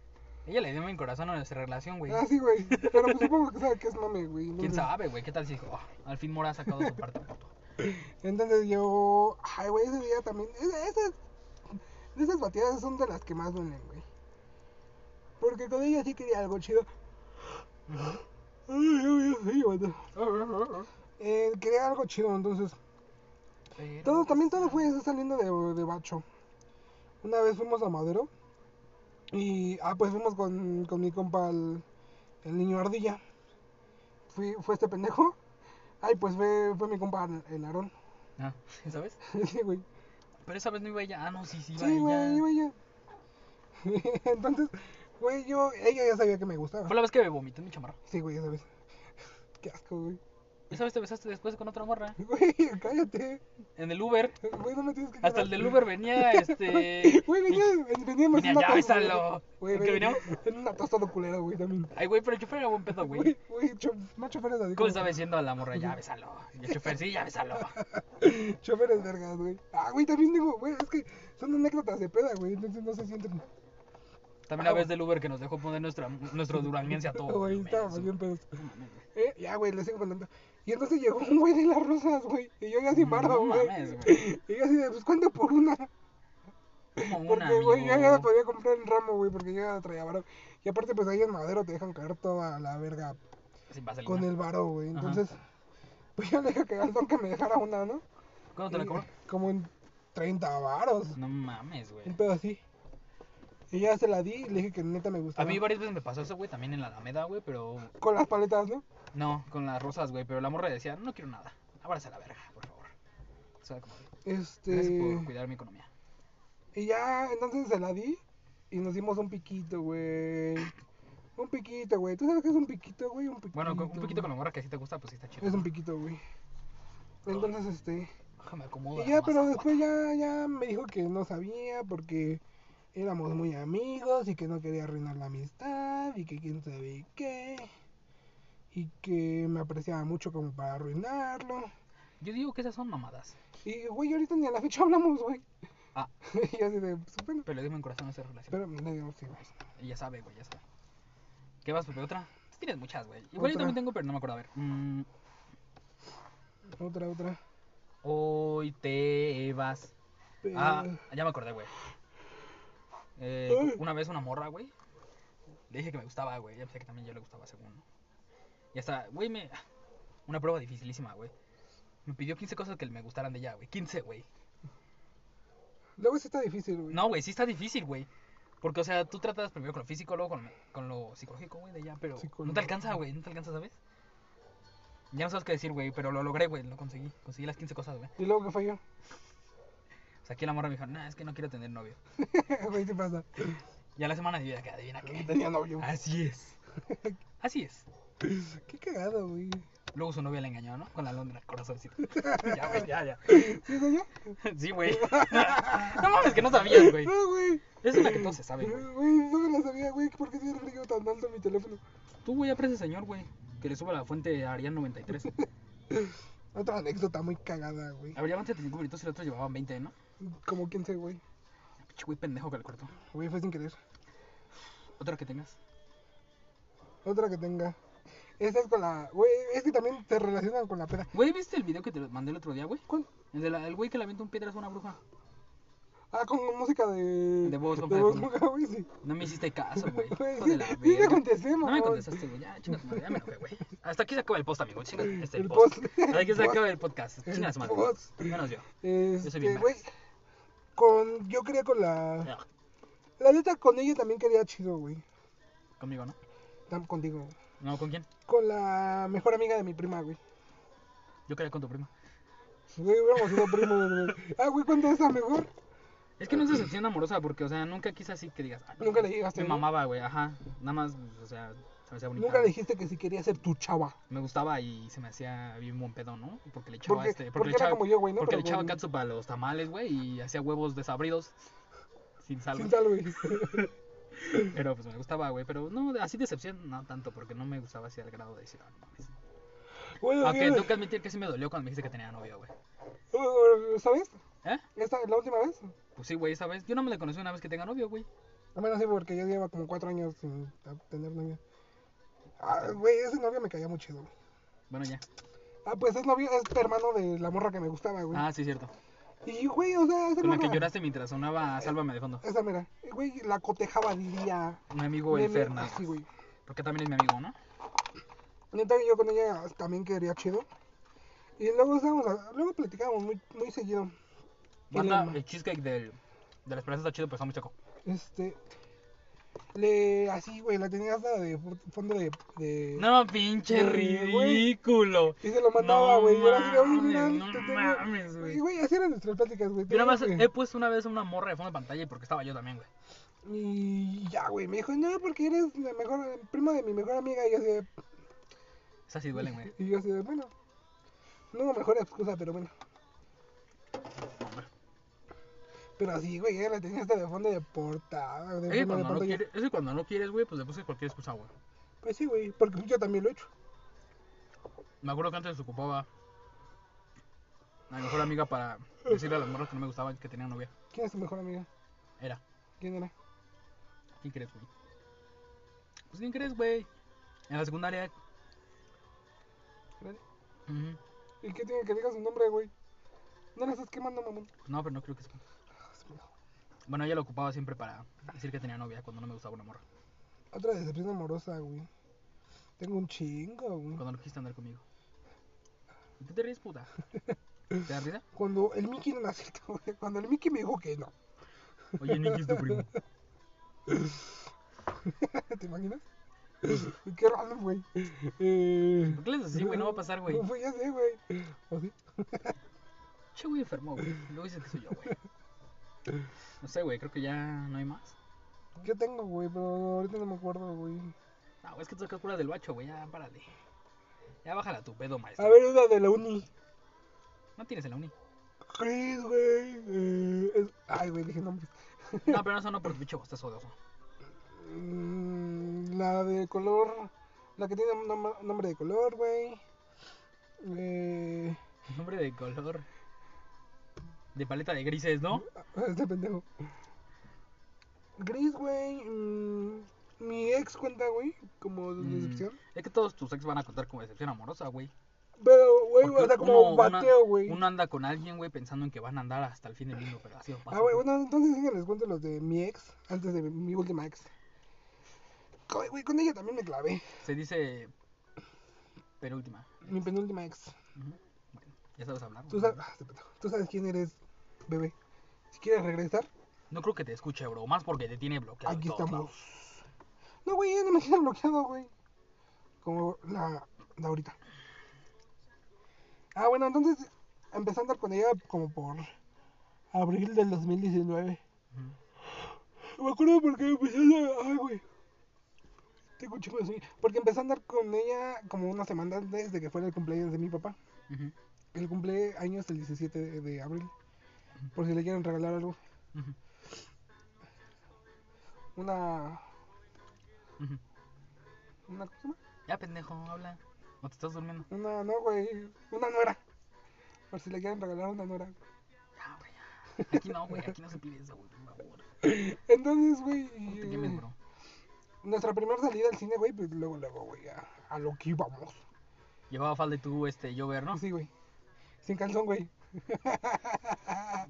B: Ella le dio mi corazón a nuestra relación, güey.
A: Ah, sí, güey. Pero pues, supongo que sabe que es mame, güey. ¿no?
B: ¿Quién sabe, güey? ¿Qué tal si dijo, "Oh, al fin Mora ha sacado su parte, puto"?
A: Entonces yo. Ay, güey, ese día también. esa- Esas. De esas batidas son de las que más duelen, güey. Porque con ella sí quería algo chido. Ay, ay, ay, ay, bueno. Eh, quería algo chido, entonces. ah.
B: Pero-
A: Todo, también todo fue saliendo de, de bacho. Una vez fuimos a Madero. Y. Ah, pues fuimos con, con mi compa, el, el niño ardilla. Fui, fue este pendejo. Ay, pues fue, fue mi compa, el Aarón.
B: Ah, ¿Sabes?
A: sí, güey.
B: Pero esa vez no iba ella. Ah, no, sí, sí, iba
A: Sí,
B: ella.
A: güey, iba ella. Entonces, güey, yo, ella ya sabía que me gustaba.
B: Fue la vez que me vomité en mi chamarra.
A: Sí, güey, esa vez. Qué asco, güey.
B: Esa vez te besaste después con otra morra.
A: Güey, cállate.
B: En el Uber.
A: Güey, no me tienes que
B: Hasta el
A: llorar.
B: del Uber venía, este.
A: Güey, venía, veníamos
B: Venía,
A: en una
B: ya,
A: tos-
B: bésalo.
A: Güey,
B: ¿En qué
A: venía-
B: veníamos?
A: En una tos todo culera, güey, también.
B: Ay, güey, pero el chofer era buen pedo, güey.
A: Güey, güey, cho- no choferes así.
B: ¿Cómo le
A: como-
B: estaba diciendo a la morra? Ya, bésalo. Y el chofer, sí, ya, bésalo.
A: Choferes vergas, güey. Ah, güey, también digo, güey, es que son anécdotas de peda, güey, entonces no se sienten.
B: También la vez del Uber que nos dejó poner nuestra, nuestro duranguense a todo.
A: Güey,
B: volumen.
A: estábamos
B: Eso-
A: bien pedos.
B: no mames, güey.
A: Eh, ya, güey, les sigo contando. Y entonces llegó un güey de las rosas, güey. Y yo ya sin
B: No
A: barba, güey.
B: mames, güey.
A: Y yo así de, pues cuánto por una.
B: Como una,
A: Porque, güey, yo ya
B: amigo.
A: me podía comprar el ramo, güey, porque yo ya la traía varo. Y aparte, pues ahí en madero te dejan caer toda la verga
B: Sin vaselina.
A: con el varo, güey.
B: Ajá.
A: Entonces, pues yo le dije que al don que me dejara una, ¿no?
B: ¿Cuándo te
A: Y-
B: la cobró?
A: Como en 30 varos.
B: No mames, güey.
A: Un pedo así. Y ya se la di y le dije que neta me
B: A
A: gustaba.
B: mí varias veces me pasó eso, güey, también en la Alameda, güey, pero...
A: Con las paletas, ¿no?
B: No, con las rosas, güey, pero la morra decía, no quiero nada, ábrase a la verga, por favor. O sea, como, gracias
A: Este.
B: por cuidar mi economía.
A: Y ya, entonces se la di y nos dimos un piquito, güey. Un piquito, güey. ¿Tú sabes qué es un piquito, güey? Un piquito.
B: Bueno, con- un poquito
A: güey.
B: con la morra que sí te gusta, pues sí está chido.
A: Es un
B: ¿no?
A: piquito, güey. Entonces, este.
B: Déjame acomodo.
A: Y ya, pero después ya, ya me dijo que no sabía porque éramos muy amigos y que no quería arruinar la amistad y que quién sabe qué. Y que me apreciaba mucho como para arruinarlo.
B: Yo digo que esas son mamadas.
A: Y, güey, ahorita ni a la fecha hablamos, güey.
B: Ah.
A: y así de, pues, bueno,
B: Pero dime en corazón esa relación.
A: pero no digamos sí, güey.
B: Ella sabe, güey, ya sabe. ¿Qué vas, Pepe? ¿Otra? Pues Tienes muchas, güey. Igual yo
A: Otra.
B: también tengo, pero no me acuerdo. A ver. mm,
A: Otra, otra.
B: hoy te vas. Ah,
A: Pero-
B: ya me acordé, güey. Eh,
A: Ay.
B: una vez una morra, güey. Le dije que me gustaba, güey. Ya pensé que también yo le gustaba, según. Y hasta, güey, me. Una prueba dificilísima, güey. Me pidió 15 cosas que me gustaran de ella, güey. 15, güey.
A: Luego sí está difícil, güey.
B: No, güey, sí está difícil, güey. Porque, o sea, tú tratas primero con lo físico, luego con, con lo psicológico, güey, de allá, pero no
A: Psicológico.
B: te alcanza, güey, no te alcanza, ¿sabes? Ya no sabes qué decir, güey, pero lo logré, güey, lo conseguí, conseguí las 15 cosas, güey.
A: Y luego que falló.
B: O sea, aquí la morra me dijo, nah, es que no quiero tener novio.
A: Güey, ¿qué pasa?
B: Ya la semana de que adivina
A: Que
B: qué.
A: tenía novio.
B: Así es. Así es.
A: Qué cagado, güey.
B: Luego su novia la engañó, ¿no? Con la Londra, corazoncito. Ya, güey, ya, ya.
A: ¿Sí es ella?
B: Sí, güey. No mames, que no sabías, güey.
A: No, güey.
B: Es una que no se sabe, güey.
A: Güey, no me la sabía, güey. ¿Por qué tiene el brillo tan alto mi teléfono?
B: Tú, güey, aprende señor, güey. Que le suba la fuente a Arián 93.
A: Otra anécdota muy cagada, güey.
B: Habrían 75 minutos y los otros llevaban 20, ¿no?
A: Como 15, güey.
B: Pinche güey pendejo que le cortó.
A: Güey, fue sin querer.
B: Otra que tengas.
A: Otra que tenga. Esta es con la. Güey, es que también te relacionan con la peda.
B: Güey, ¿viste el video que te lo mandé el otro día, güey?
A: ¿Cuál?
B: El de la- el güey que le avienta un piedra a una bruja.
A: Ah, con música de.
B: De Bob Esponja
A: De
B: de
A: Bob
B: fondo.
A: Esponja, güey, sí.
B: No me hiciste caso, güey.
A: Güey,
B: Hijo de la
A: sí, sí
B: verga.
A: le contesté,
B: No me
A: mamón.
B: contestaste, güey. Ya, chinga tu madre, ya me enojé, güey. Hasta aquí se acaba el post, amigo. Chinga, este, el,
A: El
B: post.
A: post.
B: Hasta aquí se
A: El
B: acaba el podcast.
A: El
B: Chinga su madre.
A: post.
B: Menos yo. soy
A: Este,
B: bien
A: güey. Con. Yo quería con la.
B: Ah,
A: La neta, con ella también quería chido, güey.
B: Conmigo, ¿no?
A: Tam- Contigo.
B: No, ¿con quién?
A: Con la mejor amiga de mi prima, güey.
B: Yo quería con tu prima.
A: Güey, hubiéramos sido primos, güey. Ah, güey, ¿cuánto es la mejor?
B: Es que no es decepción amorosa porque, o sea, nunca quise así que digas. ah, no,
A: Nunca le llegaste,
B: Me
A: ¿no?
B: mamaba, güey. Ajá. Nada más, o sea, se me hacía bonita.
A: Nunca le dijiste que si quería ser tu chava.
B: me gustaba y se me hacía bien buen pedo, ¿no? Porque le echaba
A: Porque,
B: este, porque,
A: porque
B: le
A: era
B: echaba,
A: como yo, güey, ¿no?
B: porque le
A: Pero
B: echaba
A: con-
B: catsup a los tamales, güey, y hacía huevos desabridos sin sal.
A: Sin
B: güey.
A: tal, güey.
B: Pero pues me gustaba, güey, pero no, así decepción no tanto, porque no me gustaba así al grado de decir, ah, no mames.
A: Bueno,
B: Aunque
A: güey,
B: tengo que admitir que sí me dolió cuando me dijiste que tenía novio, güey.
A: uh, ¿Sabes?
B: ¿Eh?
A: Esta, la última vez.
B: Pues sí, güey, esa vez yo no me la conocí una vez que tenga novio, güey.
A: Bueno, sí, porque ya lleva como cuatro años sin tener novia. Ah, güey, ese novio me caía muy chido, güey.
B: Bueno, ya.
A: Ah, pues es novio, es hermano de la morra que me gustaba, güey.
B: Ah, sí, cierto.
A: Y, güey, o sea, esa
B: Con la
A: morra.
B: que lloraste mientras
A: Eh,
B: sonaba Sálvame de fondo.
A: Esa, mira. Güey, la cotejaba día.
B: Mi amigo el
A: Meme,
B: Fernández.
A: así, güey.
B: Porque también es mi amigo, ¿no?
A: Neta, yo con ella también quería chido. Y luego estábamos, a- luego platicábamos muy, muy seguido. Y
B: Banda,
A: le-
B: el cheesecake del, de la esperanza está chido, pero está muy seco.
A: Este. Le. Así, güey, la tenía hasta de fu- fondo de. de-
B: No, pinche
A: Güey, güey.
B: ridículo.
A: Y se lo mandaba,
B: No
A: güey. y era así de, oye,
B: mames,
A: mira,
B: no
A: te tengo-
B: mames, güey.
A: Y, güey, eh, así eran nuestras pláticas, güey.
B: Yo nada más eh,
A: tenía
B: he puesto una vez una morra de fondo de pantalla y porque estaba yo también, güey.
A: Y ya, güey, me dijo, no, porque eres la mejor, primo de mi mejor amiga. Y yo así, de-
B: Esas sí duelen, güey.
A: y yo así de, bueno, no hubo mejor excusa, pero bueno.
B: Hombre.
A: Pero así, güey, ya la tenía hasta de fondo de portada. De
B: Es
A: fondo
B: que
A: de
B: cuando no
A: pantalla.
B: quieres, es que cuando no quieres, güey, pues le puse cualquier excusa, güey.
A: Pues sí, güey, porque yo también lo he hecho.
B: Me acuerdo que antes ocupaba a mi mejor amiga para decirle a las morras que no me gustaban que tenía novia.
A: ¿Quién es tu mejor amiga?
B: Era.
A: ¿Quién era?
B: ¿Quién crees, güey? Pues ¿quién crees, güey? En la secundaria.
A: ¿Vale?
B: ujú.
A: ¿Y qué tiene que diga su nombre, güey? No la estás quemando, mamón. Ah,
B: Pues no, pero no creo que sea. Bueno, ella lo ocupaba siempre para decir que tenía novia cuando no me gustaba una morra.
A: Otra decepción amorosa, güey. Tengo un chingo, güey.
B: Cuando no quisiste andar conmigo. ¿Y tú te ríes, puta? ¿Te da risa?
A: Cuando el Mickey no la aceptó, güey. Cuando el Mickey me dijo que no.
B: Oye, Nicky es tu primo.
A: ¿Te imaginas? Qué random, güey. Eh...
B: ¿Por qué le haces así, güey? No va a pasar, güey.
A: Pues ya sé, güey. ¿O sí?
B: Che, güey, enfermo, güey. Luego dices que soy yo, güey. No sé, güey, creo que ya no hay más.
A: Yo tengo, güey, pero ahorita no me acuerdo, güey.
B: Ah, güey, es que te sacas puras del bacho, güey. Ya, párale. Ya bájala tu pedo, maestro.
A: A ver, una de la uni.
B: No tienes en la uni.
A: Chris, güey. Eh, es- Ay, güey, dije nombres.
B: No, pero no sonó por tu bicho bostazo de ojo.
A: Mm, La de color. La que tiene nom- nombre de color, güey. Eh.
B: Nombre de color. De paleta de grises, ¿no?
A: Este pendejo. Gris, güey. mm, mi ex cuenta, güey, como de
B: Mm,
A: decepción.
B: Es que todos tus ex van a contar como decepción amorosa, güey.
A: Pero, güey,
B: Porque
A: o sea, como
B: uno-
A: bateo,
B: una-
A: güey.
B: Uno anda con alguien, güey, pensando en que van a andar hasta el fin del mundo, pero así no pasa.
A: Ah, güey,
B: güey.
A: bueno, entonces sí que les cuento los de mi ex, antes de mi, mi última ex. Güey, güey, con ella también me clavé.
B: Se dice. Penúltima.
A: Mi penúltima ex.
B: Ujú. Bueno, ya sabes hablar.
A: Tú
B: güey.
A: sabes, ah, este pendejo. Tú sabes quién eres, bebé. Si quieres regresar,
B: No creo que te escuche, bro. Más porque te tiene bloqueado.
A: aquí
B: en todos
A: estamos.
B: lados.
A: No, güey, ya no me queda bloqueado, güey. Como la, la ahorita. Ah, bueno, entonces empecé a andar con ella como por abril del 2019.
B: Ujú.
A: Me acuerdo porque empecé a andar. Ay, güey. Tengo un chico de sueño. Porque empecé a andar con ella como una semana antes de que fuera el cumpleaños de mi papá.
B: Ujú.
A: El cumpleaños el 17 de, de abril. Por si le quieren regalar algo.
B: Ujú.
A: Una.
B: Ujú.
A: Una, ¿cómo se llama?
B: Ya, pendejo, habla. O te estás durmiendo.
A: Una, no, güey. Una nuera. Por si le quieren regalar una nuera.
B: Ya, güey, ya. Aquí no, güey. Aquí no se pide eso, güey. Por favor.
A: Entonces, güey.
B: No te
A: eh,
B: quemes, bro.
A: Nuestra primera salida al cine, güey. Pues luego, luego, güey. A, a lo que íbamos.
B: Llevaba falda y tú, este, llover, ¿no?
A: Sí, güey. Sin calzón, güey.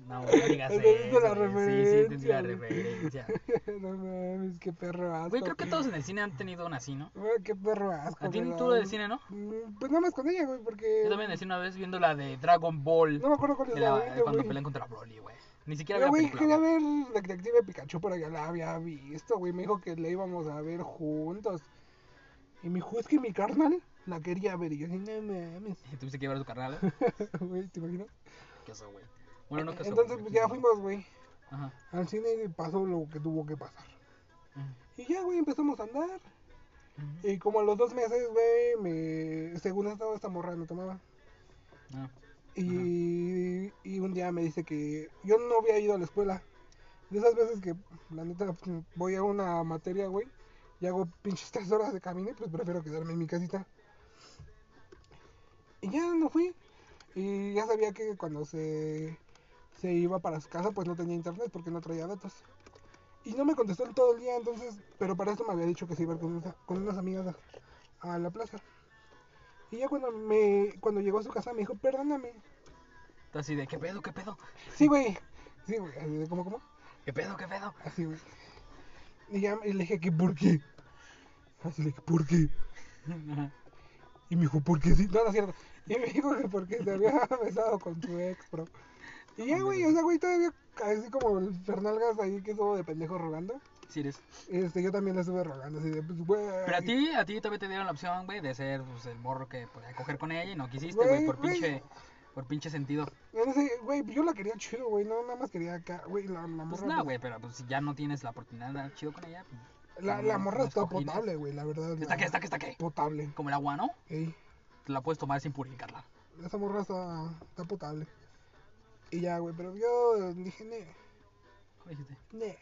B: No, no digas eso.
A: Entendiste la
B: güey. Sí, sí, entendí la
A: referencia,
B: referencia.
A: no mames, qué perro asco.
B: Güey, creo que todos en el cine han tenido una así, ¿no?
A: Güey, qué perro asco.
B: A ti
A: güey,
B: tú
A: la-
B: del cine, ¿no?
A: Mm, Pues nada más con ella, güey, porque.
B: Yo también en el cine una vez viendo la de Dragon Ball.
A: No me acuerdo cuál es
B: de
A: la
B: la-
A: ahorita,
B: cuando
A: güey.
B: pelean contra Broly, güey. Ni siquiera
A: Pero,
B: había
A: güey,
B: película.
A: quería
B: güey.
A: ver Detective Pikachu, pero ya la había visto, güey. Me dijo que la íbamos a ver juntos. Y me dijo, es que mi carnal la quería ver. Y yo, no mames.
B: Y Tuviste que llevar a tu carnal. ¿eh?
A: Güey, ¿te imaginas?
B: Qué oso, güey. Bueno, no, qué oso,
A: Entonces,
B: güey,
A: pues
B: qué
A: ya
B: oso.
A: fuimos, güey,
B: Ajá.
A: al cine y pasó lo que tuvo que pasar.
B: Ujú.
A: Y ya, güey, empezamos a andar.
B: Ujú.
A: Y como a los dos meses, güey, me... según estaba esta morra, me tomaba.
B: Ah,
A: Y, y un día me dice que yo no había ido a la escuela. De esas veces que, la neta, pues, voy a una materia, güey, y hago pinches tres horas de camino, pues prefiero quedarme en mi casita. Y ya no fui. Y ya sabía que cuando se, se iba para su casa, pues no tenía internet porque no traía datos. Y no me contestó en todo el día, entonces, pero para eso me había dicho que se iba con, unas- con unas amigas a- a la plaza. Y ya cuando me cuando llegó a su casa me dijo, perdóname.
B: Tú así de, ¿qué pedo, qué pedo?
A: Sí, güey. Sí, güey. Así de, ¿Cómo, cómo?
B: ¿Qué pedo, qué pedo?
A: Así, güey. Y ya y le dije que por qué. Así le dije, ¿por qué? Y me dijo, ¿por qué sí? No, no es cierto. Y me dijo que porque se había besado con tu ex, bro. Y ya, güey, o sea, güey, todavía así como el Fernalgas ahí que estuvo de pendejo rogando.
B: Si eres.
A: Este, yo también le estuve rogando, así de, pues, güey.
B: Pero a ti, a ti también te dieron la opción, güey, de ser pues, el morro que podía coger con ella y no quisiste,
A: Güey,
B: güey, por
A: güey.
B: pinche Por pinche sentido.
A: En ese, güey, yo la quería chido, güey. No, nada más quería acá, güey. La, la
B: Pues
A: morra.
B: nada, güey, pero pues, si ya no tienes la oportunidad de dar chido con ella. pues,
A: La, la
B: no,
A: morra
B: no
A: está
B: escogí, ¿no?
A: potable, güey, la verdad.
B: ¿Está
A: la-
B: qué? ¿Está qué? ¿Está qué?
A: Potable.
B: Como el agua, ¿no?
A: Ey,
B: Te la puedes tomar sin purificarla.
A: esa morra está, está potable. Y ya, güey, pero yo dije, ne,
B: ¿Cómo dijiste?
A: ne.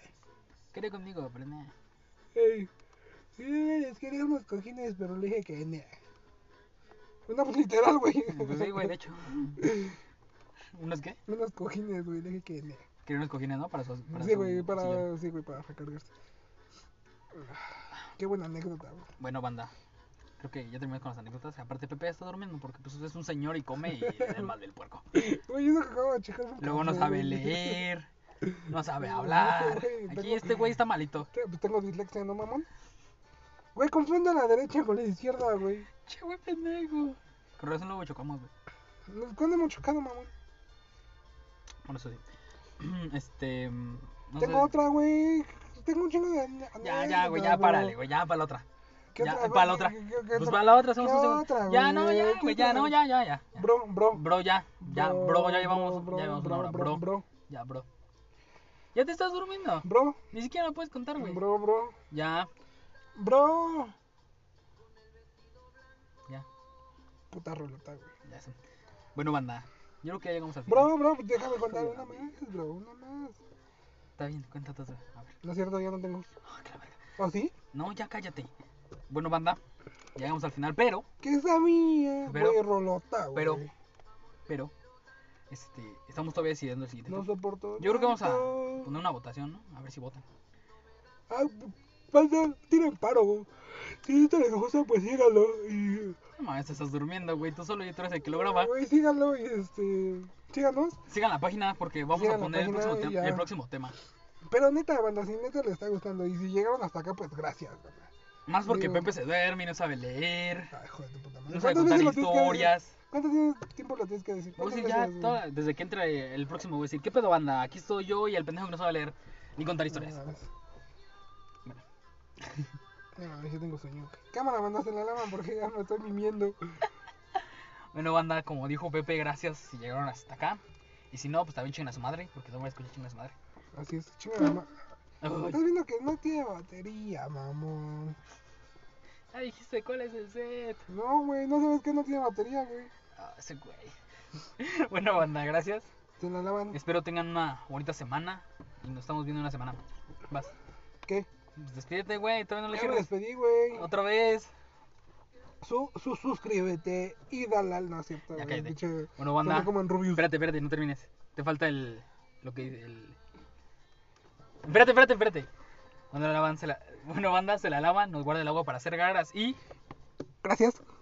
B: Quería conmigo, pero nah.
A: Ey, sí, es que queríamos cojines, pero le dije que ne. Una pues literal, güey.
B: Pues sí, güey, de hecho. ¿Unos qué?
A: Unos cojines, güey, le dije que ne.
B: Quería unos cojines, ¿no? Para sus. Para
A: Sí,
B: su
A: güey,
B: sillón.
A: para, sí, güey, para recargarse. Qué buena anécdota, güey.
B: Bueno, banda. Creo que ya terminamos con las anécdotas. Aparte, Pepe está durmiendo porque pues, es un señor y come y le da el mal del puerco.
A: Güey, eso que acabo de checar. fue un
B: Luego no
A: café,
B: sabe
A: güey.
B: leer, no sabe
A: No,
B: hablar.
A: güey,
B: Aquí
A: tengo-
B: este güey está malito.
A: Sí, Pues tengo dislexia, ¿no, mamón? Güey, confunde la derecha con la izquierda, güey.
B: Che, güey, pendejo. Con razón luego chocamos, güey.
A: Nos- ¿Cuándo hemos chocado, mamón?
B: Bueno, eso sí. Este. mm, No
A: tengo
B: sé.
A: otra, güey. Tengo un chingo de ane-
B: Ya, ya, güey, ya
A: anécdotas,
B: párale, güey, ya para la otra.
A: ¿Qué
B: ya,
A: otra?
B: para la
A: ¿Qué-
B: otra.
A: qué- qué- qué
B: Pues
A: otra?
B: para la otra, hacemos
A: ¿Qué
B: un segundo.
A: otra,
B: ya,
A: güey?
B: no, ya,
A: ¿Qué
B: güey, ya,
A: otra?
B: no, ya, ya, ya. ya.
A: Bro, bro.
B: Bro, ya, ya, bro, ya llevamos, ya llevamos una hora, bro.
A: Bro,
B: Ya, bro. Ya te estás durmiendo.
A: bro,
B: Ni siquiera me puedes contar, güey.
A: bro, bro,
B: Ya,
A: bro.
B: ya,
A: Puta rolota, güey.
B: ya. sé. Bueno, banda, yo creo que ya llegamos al final.
A: Bro, bro, déjame contar
B: de
A: una
B: la
A: más, bro, una más.
B: Está bien, cuéntate otra. A ver.
A: No es cierto, ya no tengo.
B: Ah, que la verga.
A: ¿O sí?
B: No, ya cállate. Bueno, banda, ya llegamos al final, pero,
A: ¿Qué sabía?
B: Pero-
A: Güey, rolota, güey.
B: pero, pero, este, estamos todavía decidiendo el siguiente.
A: No
B: tema.
A: soporto.
B: Yo creo que vamos a
A: tanto.
B: poner una votación, ¿no? A ver si votan.
A: Ah, pasa, tienen paro, güey. Si es tan enojoso, pues síganlo. Y.
B: No mames, te estás durmiendo, güey. Tú solo y tú eres el que lo graba.
A: Güey, síganlo y este. Síganos.
B: Sigan la página porque vamos
A: Sigan
B: a
A: la
B: poner el
A: página
B: próximo,
A: y
B: te-
A: ya.
B: el próximo tema.
A: Pero neta, banda, si neta les está gustando. Y si llegaron hasta acá, pues gracias, banda.
B: Más porque
A: Digo-
B: Pepe se duerme y no sabe leer,
A: Ay, joder, tu puta madre.
B: no
A: ¿Cuántas
B: sabe contar
A: veces lo tienes que decir?
B: historias.
A: ¿Cuánto tienes- tiempo lo tienes que decir?
B: Voy a
A: ¿Cuántas
B: decir ya,
A: veces,
B: toda- desde que entre el próximo voy a decir, ¿qué pedo banda? Aquí estoy yo y el pendejo que no sabe leer ni contar
A: güey?
B: historias.
A: No mames. No mames, Ah, yo tengo sueño. Cámara, banda, se la lavan porque ya me estoy mimiendo.
B: Bueno, banda, como dijo Pepe, gracias si llegaron hasta acá. Y si no, pues también chingan a su madre, porque no me escuchar chingan a su madre.
A: Así es, chinga la ma- Estás
B: Ay,
A: viendo que no tiene batería, mamón.
B: ya dijiste, ¿cuál es el set?
A: No, güey, no sabes que no tiene batería, güey.
B: Ah, ese güey. bueno, banda, gracias.
A: Se la lavan.
B: Espero tengan una bonita semana y nos estamos viendo en una semana. Vas.
A: ¿Qué?
B: Pues despídete, güey, todavía no lo
A: Ya me
B: cierras.
A: despedí, güey.
B: Otra vez.
A: Su, su, suscríbete y dale al no es cierto.
B: Ya
A: güey,
B: cállate.
A: pinche-
B: Bueno, banda.
A: suena como en Rubius.
B: Espérate, espérate, no termines. Te falta el. Lo que. El... Espérate, espérate, espérate. Cuando la lavan, se la... Bueno, banda, se la lavan, nos guarda el agua para hacer garras y.
A: Gracias.